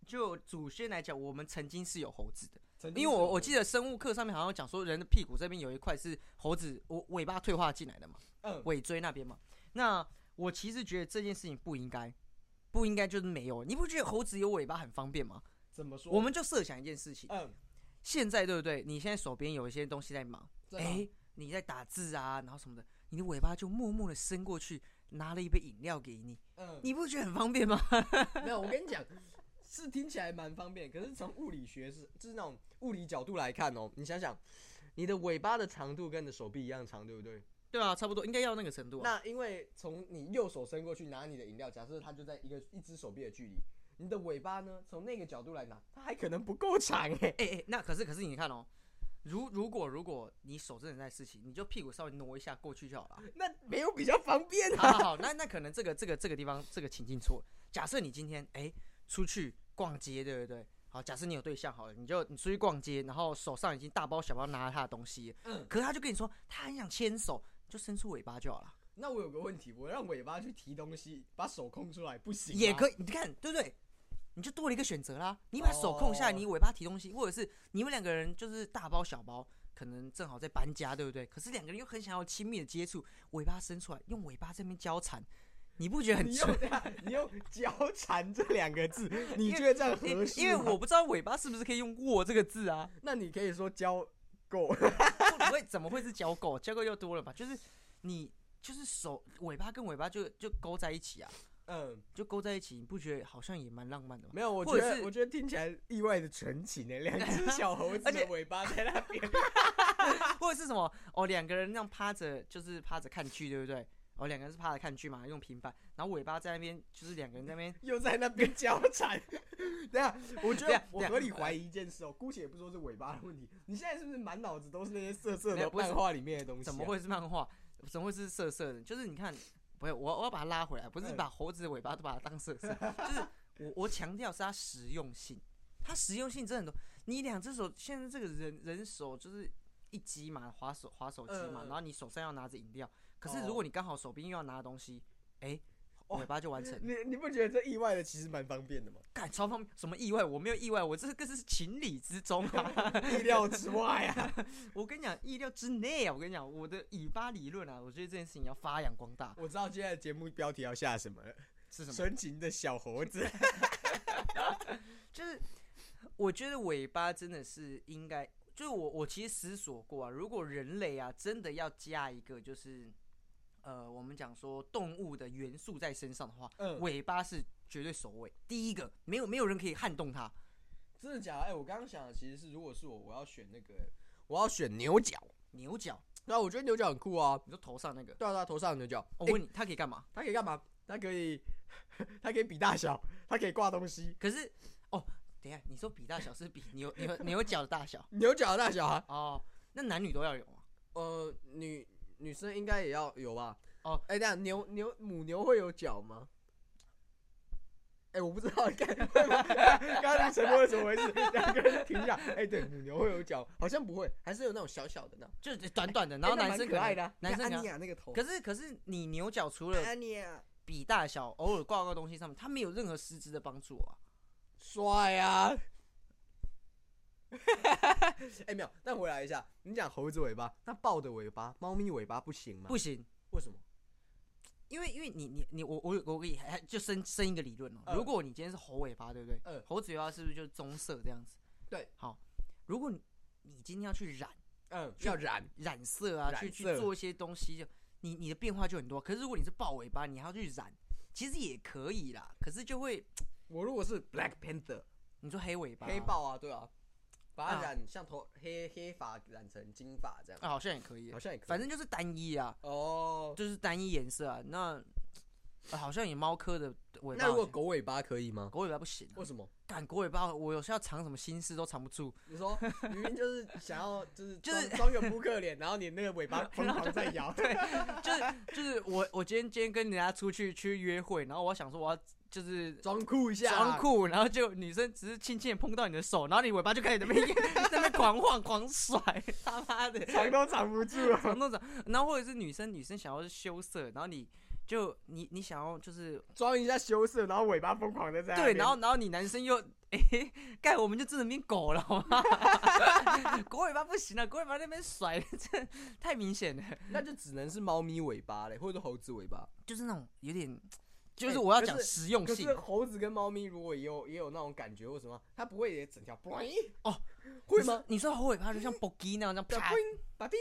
S1: 就祖先来讲，我们曾经是有猴子的，因为我我记
S2: 得，
S1: 得生物课上面好像有讲说，人的屁股这边有一块是猴子我尾巴退化进来的嘛。
S2: 嗯，
S1: 尾椎那边嘛。那我其实觉得这件事情不应该，不应该就是没有。你不觉得猴子有尾巴很方便吗？
S2: 怎么说？
S1: 我们就设想一件事情，
S2: 嗯，
S1: 现在对不对？你现在手边有一些东西在忙，
S2: 真
S1: 哎、
S2: 的啊
S1: 你在打字啊，然后什么的，你的尾巴就默默的伸过去，拿了一杯饮料给你，
S2: 嗯，
S1: 你不觉得很方便吗？
S2: 没有，我跟你讲，是听起来蛮方便，可是从物理学是就是那种物理角度来看哦，你想想，你的尾巴的长度跟你的手臂一样长，对不对？
S1: 对啊，差不多应该要那个程度、啊。
S2: 那因为从你右手伸过去拿你的饮料，假设它就在一个一只手臂的距离，你的尾巴呢，从那个角度来拿，它还可能不够长哎、
S1: 哎哎、那可是可是你看哦。如如果如果你手真的在事情，你就屁股稍微挪一下过去就好了。
S2: 那没有比较方 便
S1: 好
S2: 啊。
S1: 好好，那那可能这个这个这个地方这个情境错了。假设你今天哎、出去逛街，对不对？好，假设你有对象好了，你就你出去逛街，然后手上已经大包小包拿了他的东西，
S2: 嗯
S1: 可是他就跟你说他很想牵手，就伸出尾巴就好了，
S2: 那我有个问题，我让尾巴去提东西，把手空出来不行吗？
S1: 也可以。你看对不对？你就多了一个选择啦，你把手空下来，
S2: 哦
S1: 你尾巴提东西，或者是你们两个人就是大包小包，可能正好在搬家，对不对？可是两个人又很想要亲密的接触，尾巴伸出来，用尾巴这边交缠，你不觉得很
S2: 你
S1: 蠢
S2: 用？ 你用“交缠”这两个字，你
S1: 因为
S2: 觉得这样
S1: 因
S2: 合适
S1: 因为
S2: 吗
S1: 我不知道尾巴是不是可以用“握”这个字 啊？
S2: 那你可以说交够，
S1: 不会，怎么会是交狗？交狗又多了吧？就是你就是手尾巴跟尾巴就就勾在一起啊，
S2: 嗯，
S1: 就勾在一起，你不觉得好像也蛮浪漫的 吗？
S2: 没有，我觉
S1: 或者
S2: 得
S1: 是
S2: 我觉得听起来意外的纯情呢，两 只小猴子
S1: 而
S2: 的
S1: 且
S2: 尾巴在那边，
S1: 或者是什么哦，两个人那样趴着，就是趴着看剧，对不对？哦，两个人是趴着看剧嘛，用平板，然后尾巴在那边，就是两个人在那边。
S2: 又在那边交缠。 等一下，我觉
S1: 等一
S2: 得
S1: 下等
S2: 我
S1: 一下
S2: 合理怀疑一件事哦，姑且不说是尾巴的问题，你现在是不是满脑子都是那些色色
S1: 没
S2: 的
S1: 有不是
S2: 漫画里面的东西？啊
S1: 怎么？会是漫画？怎么会是色色的？就是你看，不是我，我要把它拉回来，不是
S2: 嗯
S1: 把猴子的尾巴都把它当色色，就是我我强调是它实用性，它实用性真的很多。你两只手现在这个人人手就是一机嘛，滑手滑手机嘛，
S2: 嗯嗯
S1: 然后你手上要拿着饮料，可是如果你刚好手边又要拿东西，哎、
S2: 哦
S1: 尾巴就完成了。
S2: 你你不觉得这意外的其实蛮方便的吗？
S1: 干超方便，什么意外？我没有意外，我这个是情理之中 啊！
S2: 意料之外 啊！
S1: 我跟你讲，意料之内啊！我跟你讲，我的尾巴理论啊，我觉得这件事情要发扬光大。
S2: 我知道今天的节目标题要下什么了，
S1: 是什么？
S2: 纯情的小猴子。
S1: 就是我觉得尾巴真的是应该，就是我我其实思索过啊，如果人类啊真的要加一个就是呃我们讲说动物的元素在身上的话，
S2: 嗯
S1: 尾巴是绝对首尾，第一个没有没有人可以撼动它。
S2: 真的假的？哎、我刚刚想的其实是，如果是我，我要选那个、我要选牛角。
S1: 牛角，
S2: 那、我觉得牛角很酷啊，
S1: 你说头上那个，哦
S2: 对啊，对啊头上的牛角，
S1: 我
S2: 哎
S1: 问你，它可以干嘛？
S2: 它可以干嘛？它可以，它可以比大小，它可以挂东西。
S1: 可是哦，等一下，你说比大小是比牛牛牛角的大小
S2: 牛角的大小啊，
S1: 哦？那男女都要有啊？
S2: 呃，女女生应该也要有吧？
S1: 哦，
S2: 哎、等一下牛牛母牛会有角吗？哎、我不知道，刚 刚才沉默是怎么回事？ 两个人停一下。哎、对，母牛会有角，好像不会，还是有那种小小的呢。
S1: 就是短短的，然后
S2: 哎那
S1: 男生
S2: 蛮可爱的
S1: 能男
S2: 啊，
S1: 生
S2: 你看
S1: 可
S2: 安妮
S1: 能。
S2: 亚那个头，
S1: 可是可是你牛角除了
S2: 安妮亚
S1: 比大小，偶尔挂个东西上面，它没有任何实质的帮助啊。
S2: 帅啊！ 哎、没有，但回来一下，你讲猴子尾巴，那豹的尾巴、猫咪尾巴不行吗？
S1: 不，行，
S2: 为什么？
S1: 因为因为你你你我我有我给你还就生生一个理论哦、
S2: 嗯
S1: 如果你今天是猴尾巴，对不对？
S2: 嗯
S1: 猴子尾巴是不是就是棕色这样子？
S2: 对。
S1: 好，如果你你今天要去染
S2: 嗯，要染。
S1: 染色啊，
S2: 染
S1: 去去
S2: 色
S1: 做一些东西，你你的变化就很多。可是如果你是豹尾巴，你还要去染，其实也可以啦。可是就会
S2: 我如果是 Black Panther，
S1: 你说黑尾巴，
S2: 黑豹啊，对啊，把它
S1: 啊
S2: 染像头黑黑发染成金发这样，
S1: 啊，好像也可以
S2: 好，像也可以。
S1: 反正就是单一啊，
S2: 哦，
S1: 就是单一颜色啊。那、呃好像也猫科的尾巴好像，
S2: 那如果狗尾巴可以吗？
S1: 狗尾巴不行、啊，
S2: 为什 么？
S1: 干狗尾巴，我有时候要藏什么心事都藏不住，
S2: 你说明明就是想要就是
S1: 就是
S2: 装装个扑克脸，然后你那个尾巴疯狂在 摇，对，
S1: 就是就是我我今天今天跟人家出去去约会，然后我想说我要就是
S2: 装酷一下，
S1: 装。酷，然后就女生只是轻轻的碰到你的手，然后你尾巴就开始在那边 在那边狂晃狂甩，他妈的，
S2: 藏都藏不住啊！
S1: 怎么弄着？然后或者是女生女生想要是羞涩，然后你就你你想要就是
S2: 装一下羞涩，然后尾巴疯狂的在那
S1: 对，
S2: 边
S1: 然后然后你男生又哎，盖、我们就真的变狗了，好吗？ 狗尾巴不行了、啊狗尾巴在那边甩，这太明显了。
S2: 那就只能是猫咪尾巴嘞，或者是猴子尾巴。
S1: 就是那种有点，就
S2: 哎
S1: 是我要
S2: 可
S1: 讲
S2: 是
S1: 实用
S2: 可
S1: 性
S2: 是猴子跟猫咪如果也有也有那种感觉或什么，它不会也整条 boing
S1: 哦？
S2: 会吗？？
S1: 你说你说猴尾巴就像 b o g 那样，这样
S2: 对
S1: 啪，
S2: ，boing 把叮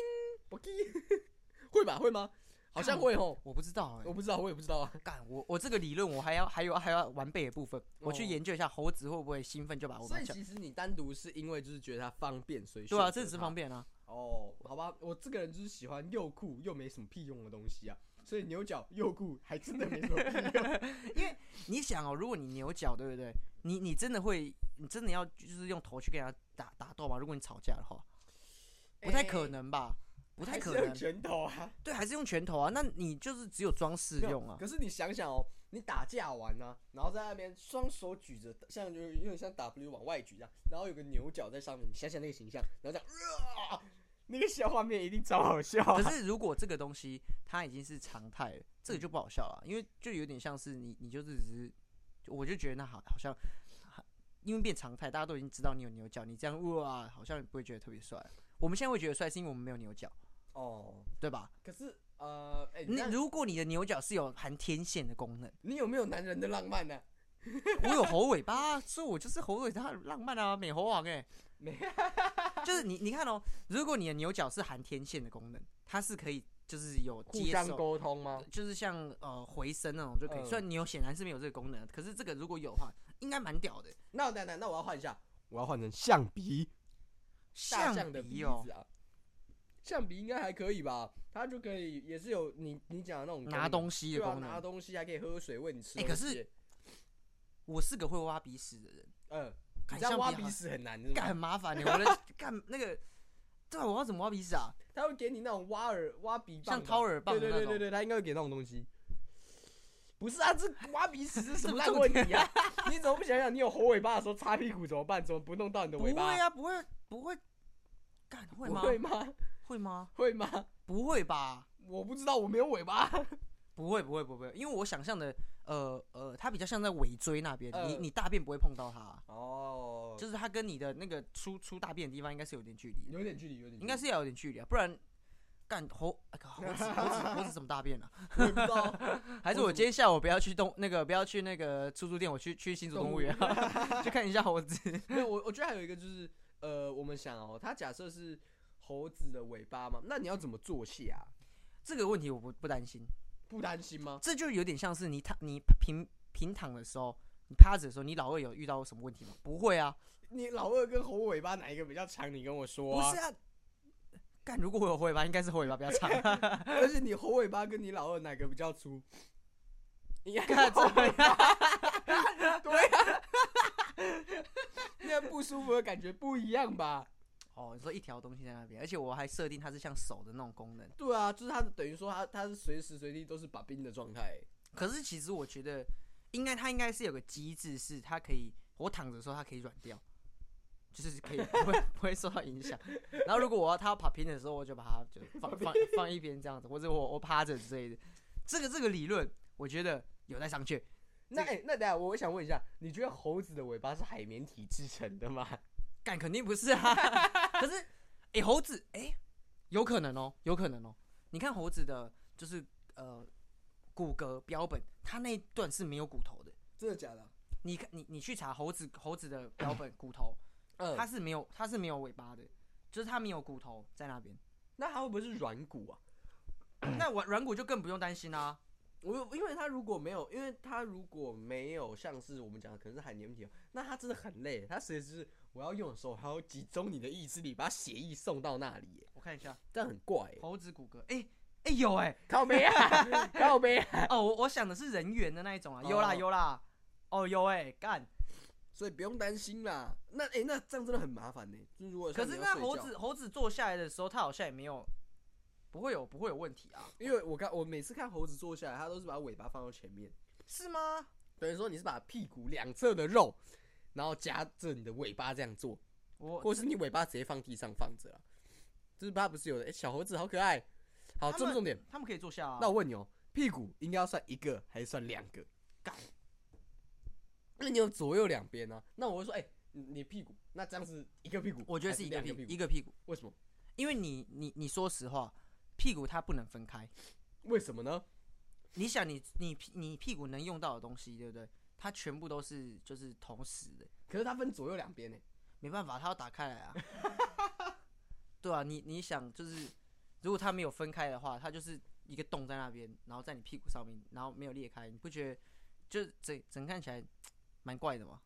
S2: boing，会吧？会吗？好像会哦，
S1: 我不知道哎、
S2: 我不知道，我也不知道啊。
S1: 干我我这个理论我还要还有还要完备的部分，我去
S2: 哦
S1: 研究一下猴子会不会兴奋就把尾
S2: 所
S1: 巴
S2: 以
S1: 翘。
S2: 其实你单独是因为就是觉得它方便，所以
S1: 对啊，
S2: 选
S1: 这只
S2: 择
S1: 是
S2: 它
S1: 方便啊。
S2: 哦，好吧，我这个人就是喜欢又酷又没什么屁用的东西啊，所以牛角又酷还真的没什么屁啊 用。
S1: 你想哦，如果你牛角对不对？你你真的会，你真的要就是用头去跟人家打打斗吗？如果你吵架的话，不太
S2: 哎
S1: 可能吧？不
S2: 不
S1: 太可能。
S2: 拳头啊，
S1: 对，还是用拳头啊？那你就是只有装饰
S2: 没有
S1: 用啊？
S2: 可是你想想哦，你打架完呢、啊然后在那边双手举着，像就是有点像 W 往外举这样，然后有个牛角在上面，你想想那个形象，然后这样，啊那个小画面一定超好笑、啊。
S1: 可是如果这个东西它已经是常态了，这个就不好笑了，因为就有点像是你，你就是只是，我就觉得那好好像，因为变常态，大家都已经知道你有牛角，你这样哇，好像不会觉得特别帅。我们现在会觉得帅，是因为我们没有牛角，
S2: 哦，
S1: 对吧？
S2: 可是呃，哎、
S1: 你
S2: 那
S1: 如果你的牛角是有含天线的功能，
S2: 你有没有男人的浪漫啊呢、
S1: 我有猴尾巴啊，所以我就是猴尾巴浪漫啊，美猴王 哎、
S2: 美
S1: 就是你你看哦，如果你的牛角是含天线的功能，它是可以就是有
S2: 互
S1: 接
S2: 相
S1: 受
S2: 沟通吗？
S1: 就是像呃回声那种就可以。
S2: 嗯
S1: 虽然牛显然是没有这个功能，可是这个如果有的话，应该蛮屌的。
S2: 那那那那我要换一下，我要换成象鼻。大象的鼻
S1: 鼻
S2: 子
S1: 哦，
S2: 啊，象鼻应该还可以吧？它就可以也是有你你讲的那种功
S1: 拿
S2: 能
S1: 东西的
S2: 对啊，
S1: 功
S2: 拿
S1: 能。
S2: 东西还可以喝水喂你吃
S1: 哎
S2: 东西。
S1: 可是我是个会挖鼻屎的人，
S2: 嗯，你
S1: 看
S2: 知道
S1: 象
S2: 挖
S1: 鼻
S2: 鼻
S1: 好
S2: 屎很难
S1: 干
S2: 的
S1: 很
S2: 吗？
S1: 麻烦的，我的干那个。对啊，我要怎么挖鼻屎啊？
S2: 它会给你那种挖耳挖鼻棒的，
S1: 像掏耳棒的
S2: 对对
S1: 那
S2: 对
S1: 种
S2: 对。对，它应该会给那种东西。不是啊，这挖鼻屎是
S1: 这
S2: 什么
S1: 不
S2: 烂
S1: 重
S2: 问题啊？ 你怎么不想想，你有猴尾巴的时候擦屁股怎么办？怎么不弄到你的
S1: 不
S2: 尾
S1: 会
S2: 巴？
S1: 啊，不会，不会，干会
S2: 不
S1: 吗？
S2: 会吗？
S1: 会吗？
S2: 会吗？
S1: 不会吧？
S2: 我不知道，我没有尾巴。
S1: 不会，不会，不会，因为我想象的，呃呃，它比较像在尾椎那边，
S2: 呃
S1: 你你大便不会碰到它，
S2: 哦
S1: 就是它跟你的那个出出大便的地方应该是有点距离的，
S2: 有点距离，有点距离
S1: 应该是要有点距离啊，不然干猴哎靠猴子猴子猴子怎么大便啊？
S2: 我也不知道。
S1: 还是我今天下午不要去动那个不要去那个出租店，我去去新竹动物园、啊、 去看一下猴子。
S2: 没有，我我觉得还有一个就是，呃，我们想哦，它假设是猴子的尾巴嘛，那你要怎么做戏啊？
S1: 这个问题我不不担心，
S2: 不担心吗？
S1: 这就有点像是你躺你平平躺的时候，你趴着的时候，你老二有遇到什么问题吗？不会啊，
S2: 你老二跟猴尾巴哪一个比较长？你跟我说
S1: 不
S2: 啊。
S1: 是啊。干，如果我有尾巴，应该是后尾巴比较长。
S2: 而且你猴尾巴跟你老二哪个比较粗？应该
S1: 干
S2: 猴
S1: 怎么
S2: 尾
S1: 样？
S2: 巴对啊， 那不舒服的感觉不一样吧？
S1: 哦，你说一条东西在那边，而且我还设定它是像手的那种功能。
S2: 对啊，就是它等于说它它是随时随地都是把冰的状态。
S1: 可是其实我觉得，应该它应该是有个机制，是它可以我躺着的时候它可以软掉，就是可以不会不会受到影响。然后如果我要它要爬偏的时候，我就把它就放放放一边这样子，或者我我趴着之类的。这个这个理论，我觉得有待商榷。
S2: 那、欸、那等一下我想问一下，你觉得猴子的尾巴是海绵体制成的吗？
S1: 干肯定不是啊，可是哎、诶猴子哎、诶有可能哦，有可能哦。你看猴子的，就是呃骨骼标本，它那一段是没有骨头的。
S2: 真的假的？
S1: 你看，你你去查猴子猴子的标本骨头，
S2: 嗯，
S1: 它是没有它是没有尾巴的，就是它没有骨头在那边。
S2: 那它会不会是软骨啊？
S1: 那软软骨就更不用担心啊啦、
S2: 我因为它如果没有，因为它如果没有像是我们讲的可能是海绵体哦，那它真的很累。它随时就是我要用的时候，还要集中你的意志力，把血液送到那里耶，
S1: 我看一下
S2: 这样很怪耶。
S1: 猴子骨骼，哎、哎、有哎、
S2: 靠背啊，靠背啊！
S1: 哦我我想的是人猿的那一种啊，
S2: 哦
S1: 有啦有啦，哦有哎、干，
S2: 所以不用担心啦。那诶，那这样真的很麻烦呢。就是如果
S1: 可
S2: 像你
S1: 是
S2: 要
S1: 那
S2: 睡
S1: 猴
S2: 觉，
S1: 子猴子坐下来的时候，它好像也没有，不会有不会有问题啊，
S2: 因为我看我每次看猴子坐下来，它都是把尾巴放到前面，
S1: 是吗？
S2: 等于说你是把屁股两侧的肉，然后夹着你的尾巴这样做。
S1: 我
S2: 或是你尾巴直接放地上放着啦。啊就是它不是有的、诶小猴子好可爱。好，
S1: 它
S2: 这不
S1: 们
S2: 重点。
S1: 他们可以坐下啊。
S2: 那我问你哦，屁股应该要算一个还是算两个？干，那你有左右两边啊？那我会说，哎、你你屁股，那这样是一个屁股，
S1: 我觉得
S2: 还
S1: 是
S2: 是
S1: 一个
S2: 两
S1: 屁
S2: 个
S1: 股
S2: 屁股，
S1: 一个屁股，
S2: 为什么？
S1: 因为你你你说实话，屁股它不能分开。
S2: 为什么呢？
S1: 你想你你屁你屁股能用到的东西，对不对？它全部都是就是同时的，
S2: 可是它分左右两 边呢。
S1: 没办法，它要打开来啊。对啊，你你想就是，如果它没有分开的话，它就是一个洞在那边，然后在你屁股上面，然后没有裂开，你不觉得就整整看起来蛮怪的吗？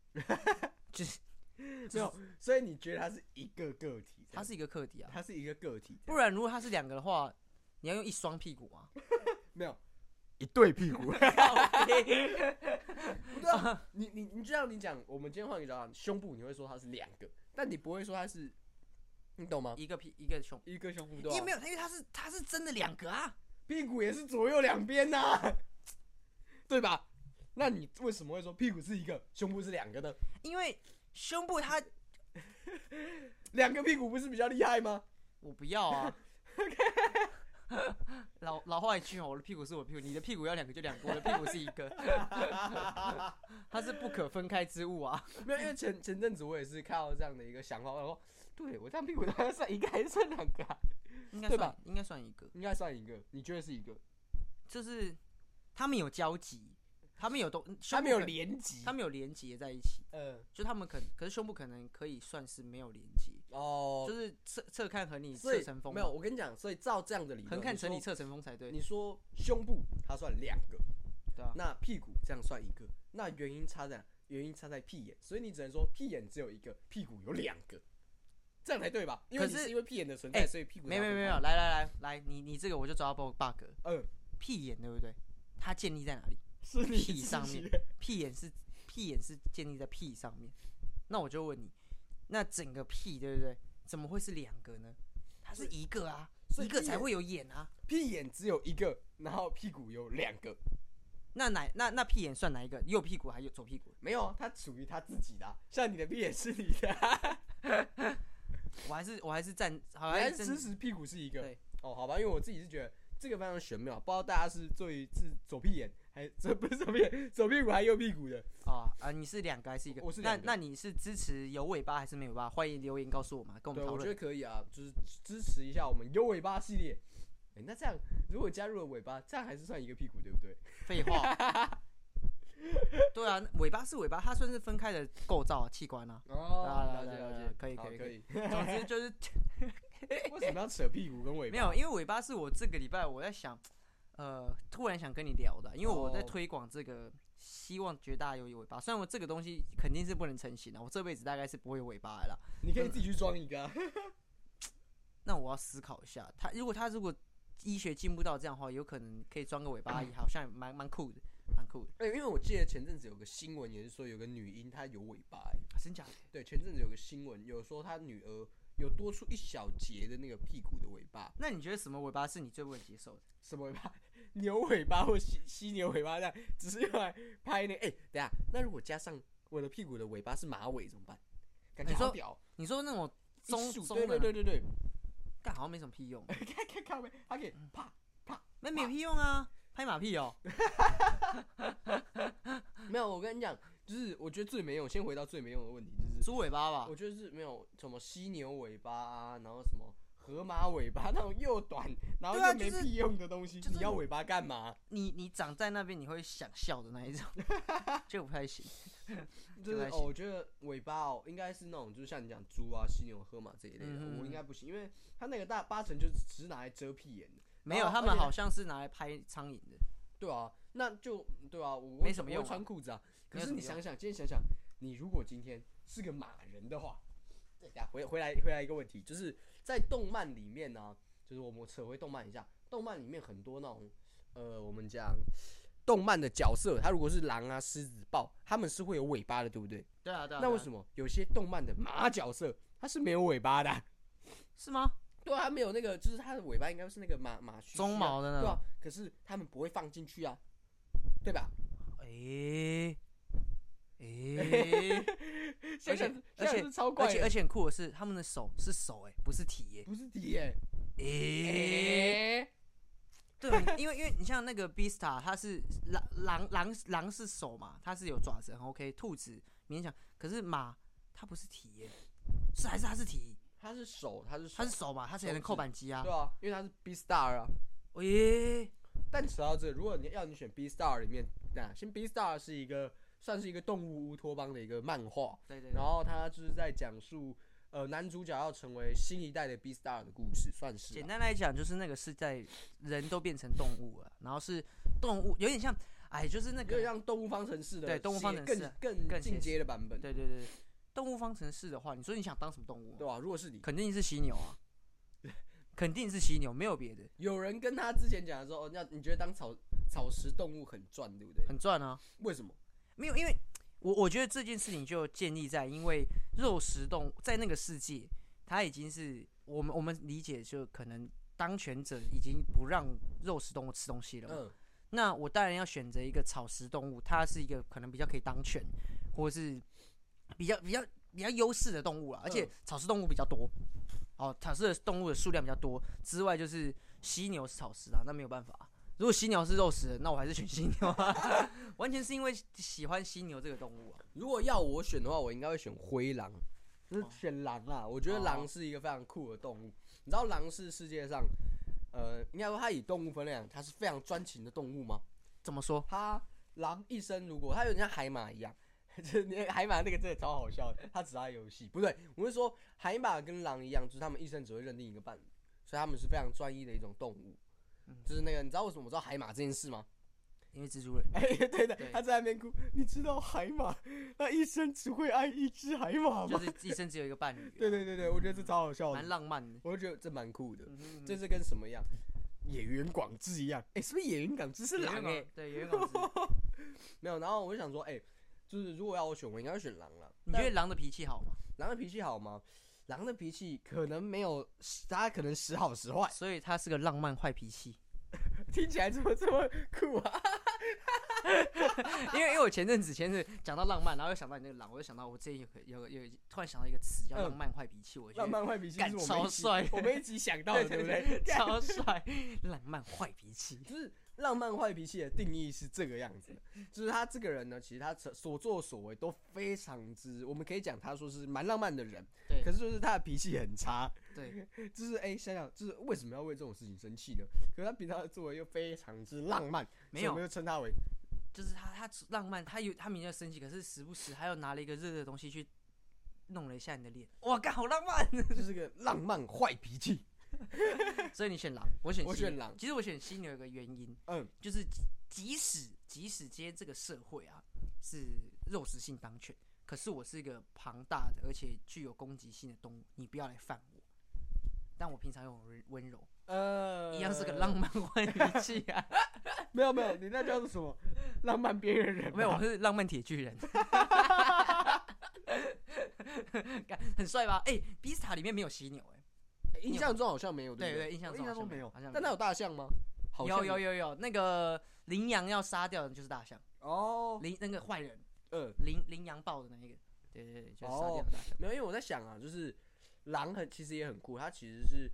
S1: 就是
S2: 没有，所以你觉得它是一个个体？
S1: 它是一个课题啊，
S2: 它是一个个体，
S1: 不然如果它是两个的话，你要用一双屁股啊。
S2: 没有一对屁股。
S1: 靠背
S2: 不对啊，你你你这样你讲，我们今天换一个答案，胸部你会说它是两个，但你不会说它是，你懂吗？
S1: 一个屁一个胸，
S2: 一个胸部对啊
S1: 因为
S2: 吧
S1: 没？有，因为它是它是真的两个啊。
S2: 屁股也是左右两边呐、 对吧？那你为什么会说屁股是一个，胸部是两个呢？
S1: 因为胸部它
S2: 两个屁股不是比较厉害吗？
S1: 我不要 啊。老老话一句哦，我的屁股是我的屁股，你的屁股要两个就两个，我的屁股是一 个，它是不可分开之物啊。
S2: 没有，因为前前阵子我也是看到这样的一个想法，然后对我这样屁股到底算一个还是算两个、啊？
S1: 应该
S2: 对
S1: 算
S2: 吧
S1: 应该算一个，
S2: 应该算一个，你觉得是一个？
S1: 就是他们有交集，他们有都
S2: 它没有，
S1: 胸部
S2: 连
S1: 可
S2: 级
S1: 他，们有连接在一起，
S2: 嗯，
S1: 就他们可可是胸部可能可以算是没有连接，
S2: 哦
S1: 就，是侧侧看和你
S2: 所
S1: 侧
S2: 以
S1: 成风嘛，
S2: 没有，我跟你讲，所以照这样的理论，
S1: 横看成
S2: 你
S1: 你
S2: 说
S1: 侧成风才对，
S2: 你说胸部它算两个，
S1: 对啊
S2: 那屁股这样算一个，那原因差在哪？原因差在屁眼，所以你只能说屁眼只有一个，屁股有两个，这样才对吧？因为
S1: 可
S2: 你
S1: 是
S2: 是因为屁眼的存在，
S1: 哎
S2: 所以屁股
S1: 没有没有没有，
S2: 有，
S1: 来来来来，你你这个我就抓到 bug bug，
S2: 嗯，
S1: 屁眼对不对？它建立在哪里？
S2: 是你
S1: 屁
S2: 自
S1: 上
S2: 己
S1: 面
S2: 的
S1: 屁眼是屁眼是建立在屁上面。那我就问你，那整个屁对不对？怎么会是两个呢？它是一个啊，
S2: 所以
S1: 一个
S2: 屁
S1: 才
S2: 眼
S1: 会有眼啊。
S2: 屁眼只有一个，然后屁股有两个，
S1: 那哪那那屁眼算哪一个？右屁股还是左屁股？
S2: 没有啊，他属于他自己的啊、像你的屁也是你的啊、
S1: 我还是我还是站， 好
S2: 你还
S1: 还是
S2: 是支
S1: 真
S2: 持屁股是一个
S1: 对。
S2: 哦，好吧，因为我自己是觉得这个非常玄妙，不知道大家是对是左屁眼还 这不是左屁眼，左屁股还是右屁股的。
S1: 啊啊！你是两个还是一个？
S2: 我是
S1: 那
S2: 两个
S1: 那你是支持有尾巴还是没有尾巴？欢迎留言告诉我嘛，跟我
S2: 对，
S1: 们讨
S2: 我觉得
S1: 论。
S2: 可以啊，就是支持一下我们有尾巴系列。哎，那这样如果加入了尾巴，这样还是算一个屁股，对不对？
S1: 废话。 对啊，尾巴是尾巴，它算是分开的构造啊，器官啊。
S2: 哦
S1: 对啊
S2: 了解
S1: 对啊
S2: 了
S1: 对啊
S2: 解，
S1: 可以
S2: 好
S1: 可以
S2: 可以。
S1: 总之就是
S2: 为什么要扯屁股跟尾巴？
S1: 没有，因为尾巴是我这个礼拜我在想，呃，突然想跟你聊的，因为我在
S2: 哦
S1: 推广这个，希望绝大有尾巴。虽然我这个东西肯定是不能成型的，我这辈子大概是不会有尾巴的啦。
S2: 你可以自己去装一 个、啊。
S1: 那我要思考一下，它如果它如果医学进步到这样的话，有可能可以装个尾巴，也好像蛮蛮酷的，蛮酷的。
S2: 哎、因为我记得前阵子有个新闻，也是说有个女婴她有尾巴、哎
S1: 啊真假的？
S2: 对，前阵子有个新闻，有说她女儿有多出一小节的那个屁股的尾巴，
S1: 那你觉得什么尾巴是你最不能接受的？
S2: 什么尾巴？牛尾巴或犀犀牛尾巴这样，只是用来拍那个。哎、等一下，那如果加上我的屁股的尾巴是马尾怎么办？感觉
S1: 你说
S2: 好屌，
S1: 你说那种
S2: 一
S1: 中
S2: 束
S1: 中
S2: 对
S1: 的
S2: 对
S1: 呢
S2: 对，对对，
S1: 干好像没什么屁用，
S2: 看看看没？它可以啪，
S1: 那没有屁用啊，拍马屁哦。
S2: 没有。我跟你讲，就是我觉得最没用，先回到最没用的问题，就是啊
S1: 猪尾巴吧
S2: 我，觉得是没有什么犀牛尾巴啊，然后什么河马尾巴那种又短，然后
S1: 对啊
S2: 又没
S1: 就是
S2: 屁用的东西，
S1: 就是
S2: 你要尾巴干嘛？
S1: 你你长在那边你会想笑的那 一种，就不太行。
S2: 就是
S1: 就在
S2: 哦，我觉得尾巴哦，应该是那种就是像你讲猪啊、犀牛、河马这一类的，
S1: 嗯
S2: 我应该不行，因为它那个大八成就只是拿来遮屁眼的。
S1: 没有，
S2: 然后
S1: 他们
S2: 而且
S1: 好像是拿来拍苍蝇的。
S2: 对啊，那就对啊，我
S1: 没什么
S2: 我
S1: 用啊
S2: 会穿裤子啊。可
S1: 没有
S2: 是
S1: 什么
S2: 你
S1: 用
S2: 想想，今天想想，你如果今天是个马人的话，对呀，回回来回来一个问题，就是在动漫里面呢、就是我们扯回动漫一下，动漫里面很多那种呃，我们讲动漫的角色，他如果是狼啊、狮子、豹，他们是会有尾巴的，对不对？
S1: 对啊，对
S2: 那为什
S1: 么
S2: 么有些动漫的马角色它是没有尾巴的啊、
S1: 是吗？
S2: 对啊，它没有那个，就是它的尾巴应该是那个马马须须啊
S1: 鬃毛的那
S2: 对
S1: 种
S2: 啊。可是他们不会放进去啊，对吧？
S1: 诶 诶，
S2: 想想
S1: 而且
S2: 想想是超怪
S1: 而
S2: 的，
S1: 且而且很酷的是，他们的手是手诶，不是体耶。
S2: 不是敌耶、
S1: 诶，
S2: 欸，
S1: 对啊，你因为因为你像那个 Bista，它是狼狼狼狼是手嘛，它是有爪子，很 OK。兔子勉强，可是马它不是体耶，是还是它是体，
S2: 他是手，他是手啊
S1: 它是手嘛，它才能扣扳机啊
S2: 对。啊，因为他是 B star 啊。
S1: 诶，
S2: 但扯到这，如果你要你选 B star 里面，那先 B star 是一个算是一个动物乌托邦的一个漫画，
S1: 对对
S2: 然
S1: 对，
S2: 后他就是在讲述呃男主角要成为新一代的 B star 的故事，算是、
S1: 简
S2: 啊。
S1: 单来讲就是那个是在人都变成动物了，然后是动物有点像，哎，就是那
S2: 有点
S1: 个
S2: 像《动物方程式》的
S1: 对动物方
S2: 写
S1: 程式啊
S2: 更更
S1: 更写
S2: 进阶的版本，
S1: 对对对，动物方程式的话，你说你想当什么动物？啊
S2: 对吧、如果是你，
S1: 肯定是犀牛啊，肯定是犀牛，没有别的，
S2: 有人跟他之前讲的时候，哦，那你觉得当草草食动物很赚，对不对？
S1: 很赚啊。
S2: 为什么？
S1: 没有，因为我我觉得这件事情就建立在，因为肉食动物在那个世界，它已经是我们我们理解就可能当权者已经不让肉食动物吃东西了嘛。
S2: 嗯，
S1: 那我当然要选择一个草食动物，它是一个可能比较可以当犬，或是比较比较比较优势的动物了。而且
S2: 嗯
S1: 草食动物比较多，哦，草食的动物的数量比较多。之外就是犀牛是草食啊，那没有办法。如果犀牛是肉食的，那我还是选犀牛啊， 完全是因为喜欢犀牛这个动物啊。
S2: 如果要我选的话，我应该会选灰狼，就是
S1: 哦
S2: 选狼啊。我觉得狼是一个非常酷的动物。你知道狼是世界上，呃，应该说它以动物分类，它是非常专情的动物吗？
S1: 怎么说？
S2: 它狼一生如果它有点像海马一样， 就是那海马那个真的超好笑的，它只爱游戏。不对，我是说海马跟狼一样，就是它们一生只会认定一个伴侣，所以它们是非常专一的一种动物
S1: 嗯。
S2: 就是那个，你知道为什么我知道海马这件事吗？
S1: 因为蜘蛛人
S2: 哎、对的
S1: 对，
S2: 他在那边哭。你知道海马，它一生只会爱一只海马吗
S1: 就？是一生只有一个伴侣啊、
S2: 对对对对，我觉得这超好笑
S1: 蛮
S2: 的，
S1: 浪漫的。
S2: 我就觉得这蛮酷的。
S1: 嗯哼嗯
S2: 这
S1: 哼
S2: 是跟什么一样？野原广志一样？哎、是不是野原广志是狼
S1: 有
S2: 哎、
S1: 一种欸对，有一种是。
S2: 没有，然后我就想说，哎、就是如果要我选，我应该会选狼了。
S1: 你觉
S2: 但
S1: 得狼的脾气好吗？
S2: 狼的脾气好吗？狼的脾气可能没有，它可能时好时坏。
S1: 所以它是个浪漫坏脾气。
S2: 听起来怎么这么酷啊？
S1: 因为因为我前阵子前阵子讲到浪漫，然后又想到你那个狼，我又想到我最近有有有突然想到一个词叫
S2: 嗯
S1: 浪漫坏脾气，我觉
S2: 浪
S1: 得
S2: 漫坏脾气
S1: 干
S2: 是我们
S1: 超
S2: 一起
S1: 帅
S2: 我们一起想到的，对不对？干
S1: 超帅，浪漫坏脾气。
S2: 就是浪漫坏脾气的定义是这个样子的，就是他这个人呢，其实他所作所为都非常之，我们可以讲他说是蛮浪漫的人，
S1: 对
S2: 可是就是他的脾气很差，
S1: 对，
S2: 就是哎、想想就是为什么要为这种事情生气呢？可是他平常的作为又非常之浪漫，
S1: 没
S2: 所以
S1: 有
S2: 我们就称他为
S1: 就是他他浪漫，他有他明天生气，可是时不时他又拿了一个热热的东西去弄了一下你的脸，哇，干好浪漫。
S2: 就是个浪漫坏脾气。
S1: 所以你选狼，我选
S2: 我
S1: 犀牛
S2: 选狼
S1: 其实我选犀牛有个原因，
S2: 嗯，
S1: 就是即即使即使今天这个社会啊是肉食性当权，可是我是一个庞大的而且具有攻击性的动物，你不要来犯我。但我平常又很温温柔，
S2: 呃，
S1: 一样是个浪，漫坏脾气 啊！
S2: 没有没有，你那叫做什么？浪漫边缘人吧？
S1: 没有，我是浪漫铁巨人， 干很帅吧？哎、比斯塔里面没有犀牛哎、
S2: 印象中好像没有，
S1: 对
S2: 不
S1: 对，印象
S2: 我
S1: 中好像
S2: 中没有
S1: 好像，
S2: 但他有大象吗？好像
S1: 有有有有，那个羚羊要杀掉的就是大象，
S2: 哦，
S1: 羚那个坏人
S2: 嗯。
S1: 羚羚羊豹的那一个，对对对，就是杀掉
S2: 哦
S1: 的大象。
S2: 没有，因为我在想啊，就是狼很其实也很酷，它其实是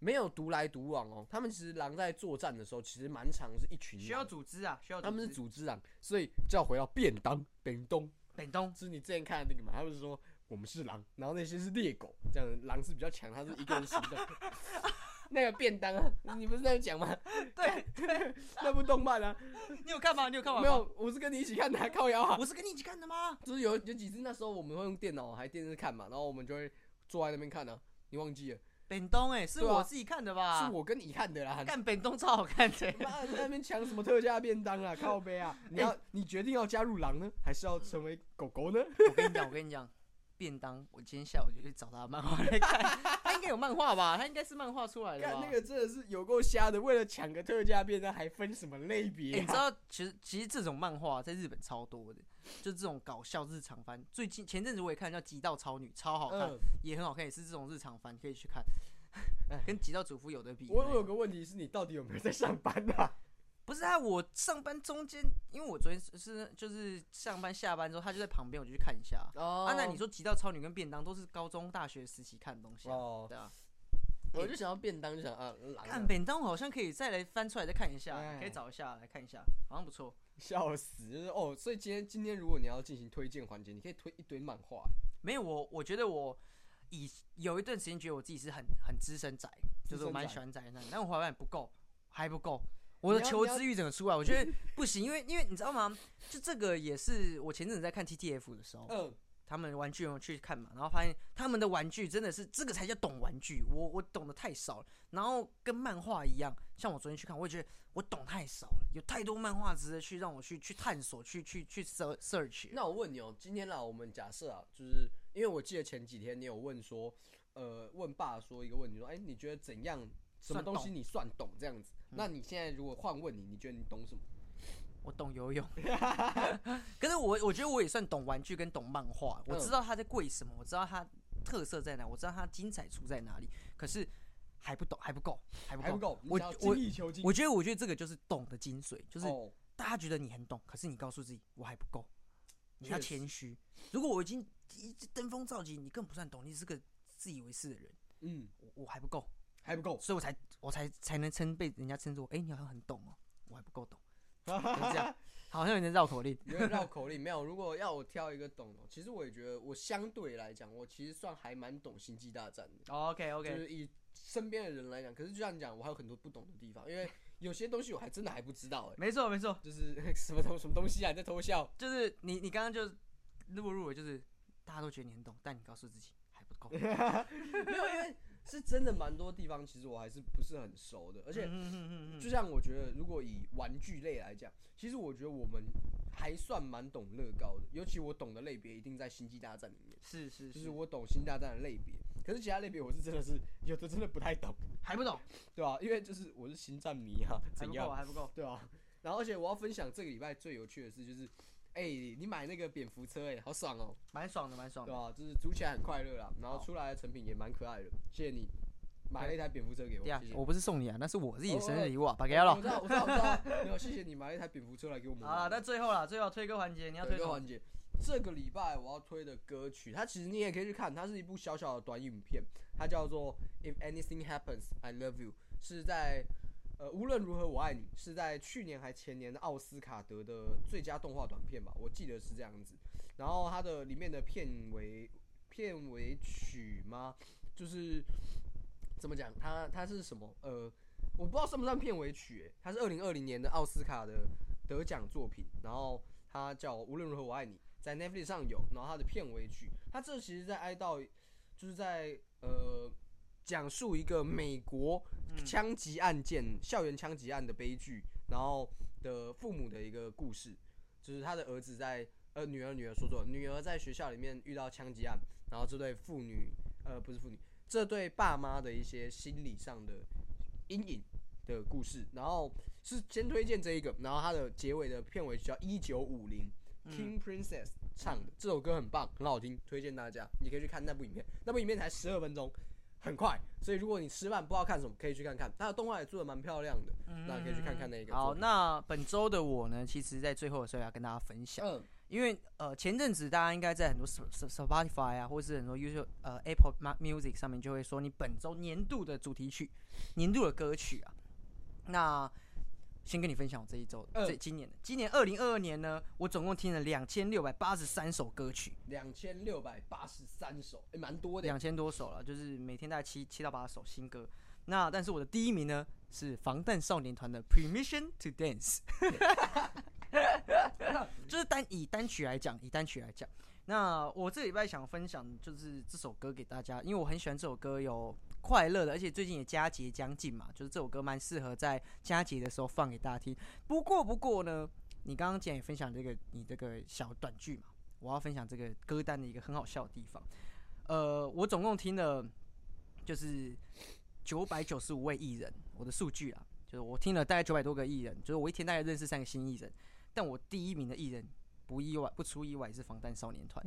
S2: 没有独来独往哦。他们其实狼在作战的时候，其实蛮常是一群
S1: 需要
S2: 狼
S1: 组织啊，需要
S2: 他们是
S1: 组织
S2: 组织狼，所以就要回到便当便东，
S1: 本 东
S2: 就是你之前看的那个嘛，他们说我们是狼，然后那些是猎狗，这样狼是比较强，它是一个人行动。 那个便当啊，你不是这样讲吗？
S1: 对，
S2: 那部动漫啊，
S1: 你有看吗？你有看完
S2: 没
S1: 吗？
S2: 有，我是跟你一起看的啊、靠摇啊。
S1: 我是跟你一起看的吗？
S2: 就是有有几次那时候我们会用电脑还电视看嘛，然后我们就会坐在那边看啊，你忘记了？
S1: 本东哎，是
S2: 对啊
S1: 我自己看的吧？
S2: 是我跟你看的啦。
S1: 干本东超好看的 欸，
S2: 妈的，在那边抢什么特价便当啊？靠背啊！你要你决定要加入狼呢，还是要成为狗狗呢？
S1: 我跟你讲，我跟你讲，便当，我今天下午就去找他的漫画来看， 他应该有漫画吧？他应该是漫画出来的
S2: 看
S1: 吧？
S2: 那个真的是有够瞎的，为了抢个特价便当还分什么类
S1: 欸
S2: 别
S1: 你知
S2: 啊、
S1: 道，其实其实这种漫画在日本超多的，就这种搞笑日常番。最近前阵子我也看叫《极道超女》，超好看，
S2: 嗯，
S1: 也很好看，也是这种日常番，可以去看
S2: 哎。
S1: 跟《极道主夫》有的比的那
S2: 我
S1: 种。
S2: 我有个问题是你到底有没有在上班 啊？
S1: 不是啊，我上班中间，因为我昨天是就是上班下班之后，他就在旁边，我就去看一下。
S2: 哦
S1: 啊，那你说《极道超女》跟《便当》都是高中、大学时期看的东西啊？
S2: 哦，
S1: 对啊，
S2: 我就想要便当，就想啊，狼
S1: 看
S2: 啊
S1: 《便当》我好像可以再来翻出来再看一下，
S2: 哎
S1: 可以找一下来看一下，好像不错。
S2: 笑死！就是哦，所以今天今天如果你要进行推荐环节，你可以推一堆漫画、欸
S1: 没有我，我觉得我以有一段时间觉得我自己是很很资深宅，就是我蛮喜欢宅男，但我发现不够，还不够。我的
S2: 你要
S1: 求
S2: 你要
S1: 知欲整个出来，我觉得不行，因为因为你知道吗？就这个也是我前阵子在看 TTF 的时候，
S2: 嗯，
S1: 他们玩具我去看嘛，然后发现他们的玩具真的是这个才叫懂玩具，我我懂得太少了。然后跟漫画一样，像我昨天去看，我也觉得我懂太少了，有太多漫画值得去让我去去探索、去去去 search- search。
S2: 那我问你哦，今天啦，我们假设啊，就是因为我记得前几天你有问说，呃，问爸说一个问题，说，哎、你觉得怎样，什么
S1: 算
S2: 东西
S1: 懂嗯
S2: 你算懂这样子？那你现在如果换问你，你觉得你懂什么？
S1: 我懂游泳， 可是我我觉得我也算懂玩具跟懂漫画，
S2: 嗯
S1: 我知道它在贵什么，我知道它特色在哪，我知道它精彩处在哪里，可是还不懂，还不够，还不
S2: 还不
S1: 够。
S2: 够，你
S1: 我
S2: 只要
S1: 我
S2: 精益求精，
S1: 我觉得，我觉得这个就是懂的精髓，就是
S2: 哦，
S1: 大家觉得你很懂，可是你告诉自己我还不够，你要
S2: 确实
S1: 谦虚。如果我已经一直登峰造极，你更不算懂，你是个自以为是的人，
S2: 嗯，
S1: 我我还不够，
S2: 还不够，
S1: 所以我才我才才能称被人家称作，哎、你好像很懂哦，我还不够懂，就是这 样，好像有点绕口令。
S2: 有点绕口令。没有，如果要我挑一个懂的，其实我也觉得我相对来讲，我其实算还蛮懂星际大战的。
S1: OK
S2: 就
S1: OK，
S2: 是以身边的人来讲，可是就像你讲，我还有很多不懂的地方，因为有些东西我还真的还不知道、哎，
S1: 没错没错，
S2: 就是 什么东什么东西啊，你在偷笑。
S1: 就是你你刚刚就录入了，就是大家都觉得你很懂，但你告诉自己还不够。
S2: 没有，因为是真的蛮多地方，其实我还是不是很熟的。而且，
S1: 嗯
S2: 就像我觉得，如果以玩具类来讲，其实我觉得我们还算蛮懂乐高的，尤其我懂的类别一定在《星际大战》里面，
S1: 是是
S2: 就是
S1: 是，
S2: 我懂《星际大战》的类别。可是其他类别我是真的是有的真的不太懂，
S1: 还不懂，
S2: 对吧、 因为就是我是星战迷啊，
S1: 还
S2: 怎
S1: 不
S2: 样
S1: 够？还不够。
S2: 对啊，然后而且我要分享这个礼拜最有趣的事就是，哎、你买那个蝙蝠车、哎，好爽哦、
S1: 蛮爽的，蛮爽
S2: 对
S1: 的。
S2: 啊，就是组起来很快乐啦，然后出来的成品也蛮可爱的，谢谢你。买了一台蝙蝠车给我，
S1: 对啊
S2: 谢，谢。
S1: 我不是送你啊，那是我自己的生日礼物啊，把给他
S2: 我
S1: 了
S2: 知。道，我知道，我知道，没有，谢谢你买了一台蝙蝠车来给 我们。
S1: 啊，那最后啦，最后推歌环节，你要推
S2: 推
S1: 什
S2: 歌
S1: 么？
S2: 环节，这个礼拜我要推的歌曲，它其实你也可以去看，它是一部小小的短影片，它叫做《If Anything Happens, I Love You》，是在呃无论如何我爱你，是在去年还前年的奥斯卡得的最佳动画短片吧，我记得是这样子。然后它的里面的片尾片尾曲吗？就是怎么讲，它它是什么？呃，我不知道算不算片尾曲、欸，它是二零二零年的奥斯卡的得奖作品，然后它叫《无论如何我爱你》，在 Netflix 上有，然后它的片尾曲，它这其实在哀悼，就是在呃讲述一个美国枪击案件、校园枪击案的悲剧，然后的父母的一个故事，就是他的儿子在呃女儿女儿说错了，女儿在学校里面遇到枪击案，然后这对父女呃不是父女，这对爸妈的一些心理上的阴影的故事，然后是先推荐这一个，然后它的结尾的片尾曲叫《一九五零》，King Princess 唱的、这首歌很棒，很好听，推荐大家，你可以去看那部影片，那部影片才十二分钟，很快，所以如果你吃饭不知道看什么，可以去看看，它的动画也做的蛮漂亮的，那可以去看看那一个
S1: 嗯好，
S2: 作品。
S1: 那本周的我呢，其实在最后的时候要跟大家分享，
S2: 嗯，
S1: 因为呃前阵子大家应该在很多 Sp- Sp- Spotify 啊，或是很多 YouTube 呃 Apple Ma- Music 上面就会说你本周年度的主题曲、年度的歌曲啊。那先跟你分享我这一周、
S2: 嗯
S1: 这今年的，今年二零二二年呢，我总共听了两千六百八十三首歌曲，
S2: 两千六百八十三首，也、蛮多的。
S1: 两千多首了，就是每天大概七七到八首新歌。那但是我的第一名呢是防弹少年团的《Permission to Dance》，就是单以单曲来讲，以单曲来讲。那我这礼拜想分享就是这首歌给大家，因为我很喜欢这首歌，有快乐的，而且最近也佳节将近嘛，就是这首歌蛮适合在佳节的时候放给大家听。不过不过呢，你刚刚既然也分享这个你这个小短剧嘛，我要分享这个歌单的一个很好笑的地方。呃，我总共听了就是九百九十五位艺人，我的数据啊，就是我听了大概九百多个艺人，就是我一天大概认识三个新艺人，但我第一名的艺人。不意外，不出意外是防弹少年团，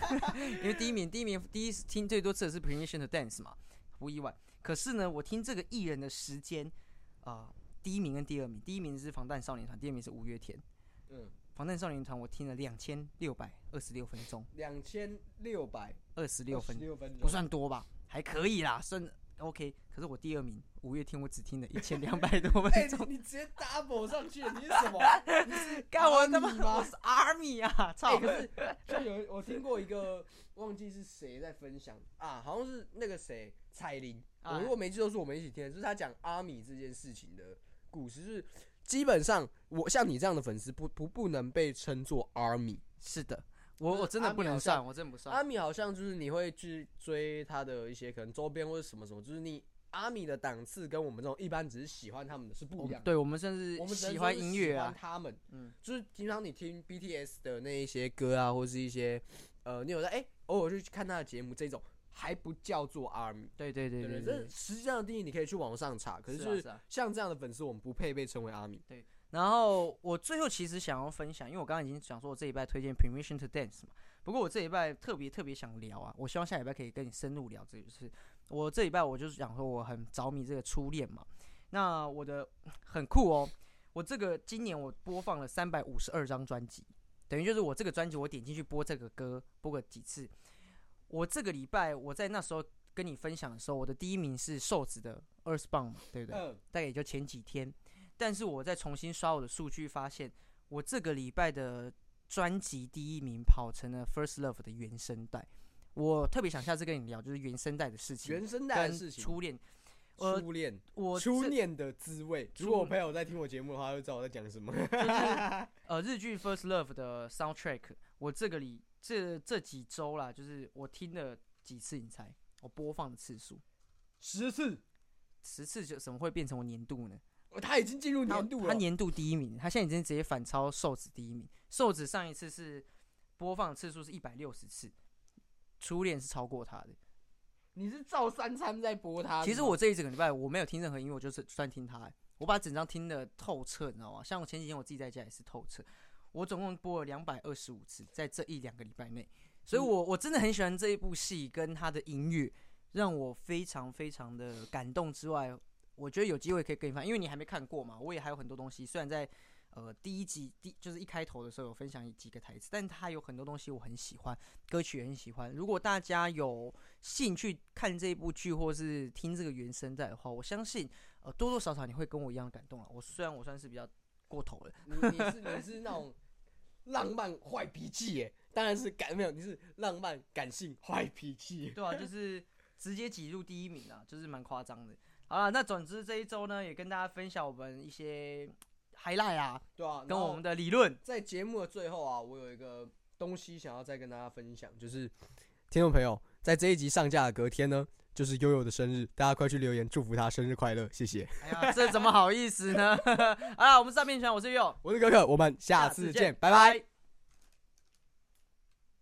S1: 因为第一名，第一名，第一听最多次的是 Permission to Dance 嘛，不意外。可是呢，我听这个艺人的时间，啊、第一名跟第二名，第一名是防弹少年团，第二名是五月天。
S2: 嗯，
S1: 防弹少年团我听了两千六百二十六分钟，
S2: 两千六百
S1: 二十六分
S2: 六分钟，欸
S1: 不算多吧，还可以啦，算 OK。可是我第二名五月天，我只听了一千两百多
S2: 哎、
S1: 分钟。
S2: 你你直接 double 上 去，你是什么？
S1: 干我他妈
S2: Army 吗
S1: 我是 Army 啊！操！
S2: 欸可是就有我听过一个忘记是谁在分享啊，好像是那个谁彩铃，
S1: 啊
S2: 我如果没记错是我们一起听的，就是他讲阿米这件事情的故事，就是基本上我像你这样的粉丝不不不能被称作阿米，
S1: 是的，我
S2: 就是
S1: 我真的不
S2: Army
S1: 能
S2: 好像
S1: 算，我真的不算。
S2: 阿米好像就是你会去追他的一些可能周边或者什么什么，就是你阿米的档次跟我们这种一般只是喜欢他们的是
S1: 我
S2: 不一
S1: 们
S2: 样
S1: 哦
S2: 的。
S1: 对我们甚至
S2: 我们只能
S1: 喜
S2: 说
S1: 欢
S2: 是
S1: 音乐
S2: 喜欢
S1: 啊，
S2: 他们，
S1: 嗯
S2: 嗯，就是平常你听 BTS 的那一些歌啊，或是一些呃，你有在哎、偶尔去看他的节目，这种还不叫做 ARMY，
S1: 对对对
S2: 对不
S1: 对
S2: 对？
S1: 对
S2: 这。实际上的定义你可以去网上查，可
S1: 是啊
S2: 是
S1: 是啊
S2: 像这样的粉丝，我们不配被称为 ARMY。
S1: 然后我最后其实想要分享，因为我刚刚已经讲说我这礼拜推荐 Permission to Dance 嘛，不过我这礼拜特别特别想聊啊，我希望下礼拜可以跟你深入聊这个，就是我这礼拜我就是讲说我很着迷这个初恋嘛，那我的很酷哦，我这个今年我播放了三百五十二张专辑，等于就是我这个专辑我点进去播这个歌播个几次，我这个礼拜我在那时候跟你分享的时候，我的第一名是瘦子的 Earth b o m 对不对？
S2: 嗯，
S1: 大概也就前几天，但是我再重新刷我的数据，发现我这个礼拜的专辑第一名跑成了 First Love 的原声带。我特别想下次跟你聊，就是原声带的事情，
S2: 原生代的
S1: 跟
S2: 事情，
S1: 初恋。呃
S2: 初恋，
S1: 我
S2: 初
S1: 这
S2: 恋的滋味。
S1: 初
S2: 如果我朋友在听我节目的话，他就知道我在讲什么。
S1: 呃日剧 First Love 的 soundtrack，我这个里这这几周啦，就是我听了几次，你猜我播放的次数
S2: 十次，
S1: 十次，就怎么会变成我年度呢？
S2: 哦他已经进入
S1: 他
S2: 年度
S1: 他
S2: 了。哦
S1: 年度第一名，他现在已经直接反超瘦子第一名。瘦子上一次是播放次数是一百六十次，初恋是超过他的。
S2: 你是照三餐在播他？
S1: 其实
S2: 是吗
S1: 我这一整个礼拜我没有听任何音乐，我就是专听他、欸我把整张听的透彻，你知道吗？像我前几天我自己在家也是透彻，我总共播了两百二十五次，在这一两个礼拜内，所以我我真的很喜欢这一部戏跟他的音乐。让我非常非常的感动之外，我觉得有机会可以跟你分享，因为你还没看过嘛，我也还有很多东西。虽然在呃第一集第就是一开头的时候有分享几个台词，但它有很多东西我很喜欢，歌曲也很喜欢。如果大家有兴趣看这部剧或是听这个原声带的话，我相信呃多多少少你会跟我一样感动了。啊我虽然我算是比较过头了，
S2: 你你是你是那 种浪漫坏脾气耶，当然是感没有，你是浪漫感性坏脾气耶。
S1: 对 啊，就是直接挤入第一名啊，就是蛮夸张的。好了，那总之这一周呢，也跟大家分享我们一些 highlight 啊，
S2: 对啊，
S1: 跟
S2: 然后
S1: 我们的理论。
S2: 在节目的最后啊，我有一个东西想要再跟大家分享，就是听众朋友在这一集上架的隔天呢，就是悠悠的生日，大家快去留言祝福他生日快乐，谢谢。
S1: 哎呀， 这怎么好意思呢？好了，我们是诈骗圈，我是佑，
S2: 我是可可，我们下次见，拜拜。
S1: 拜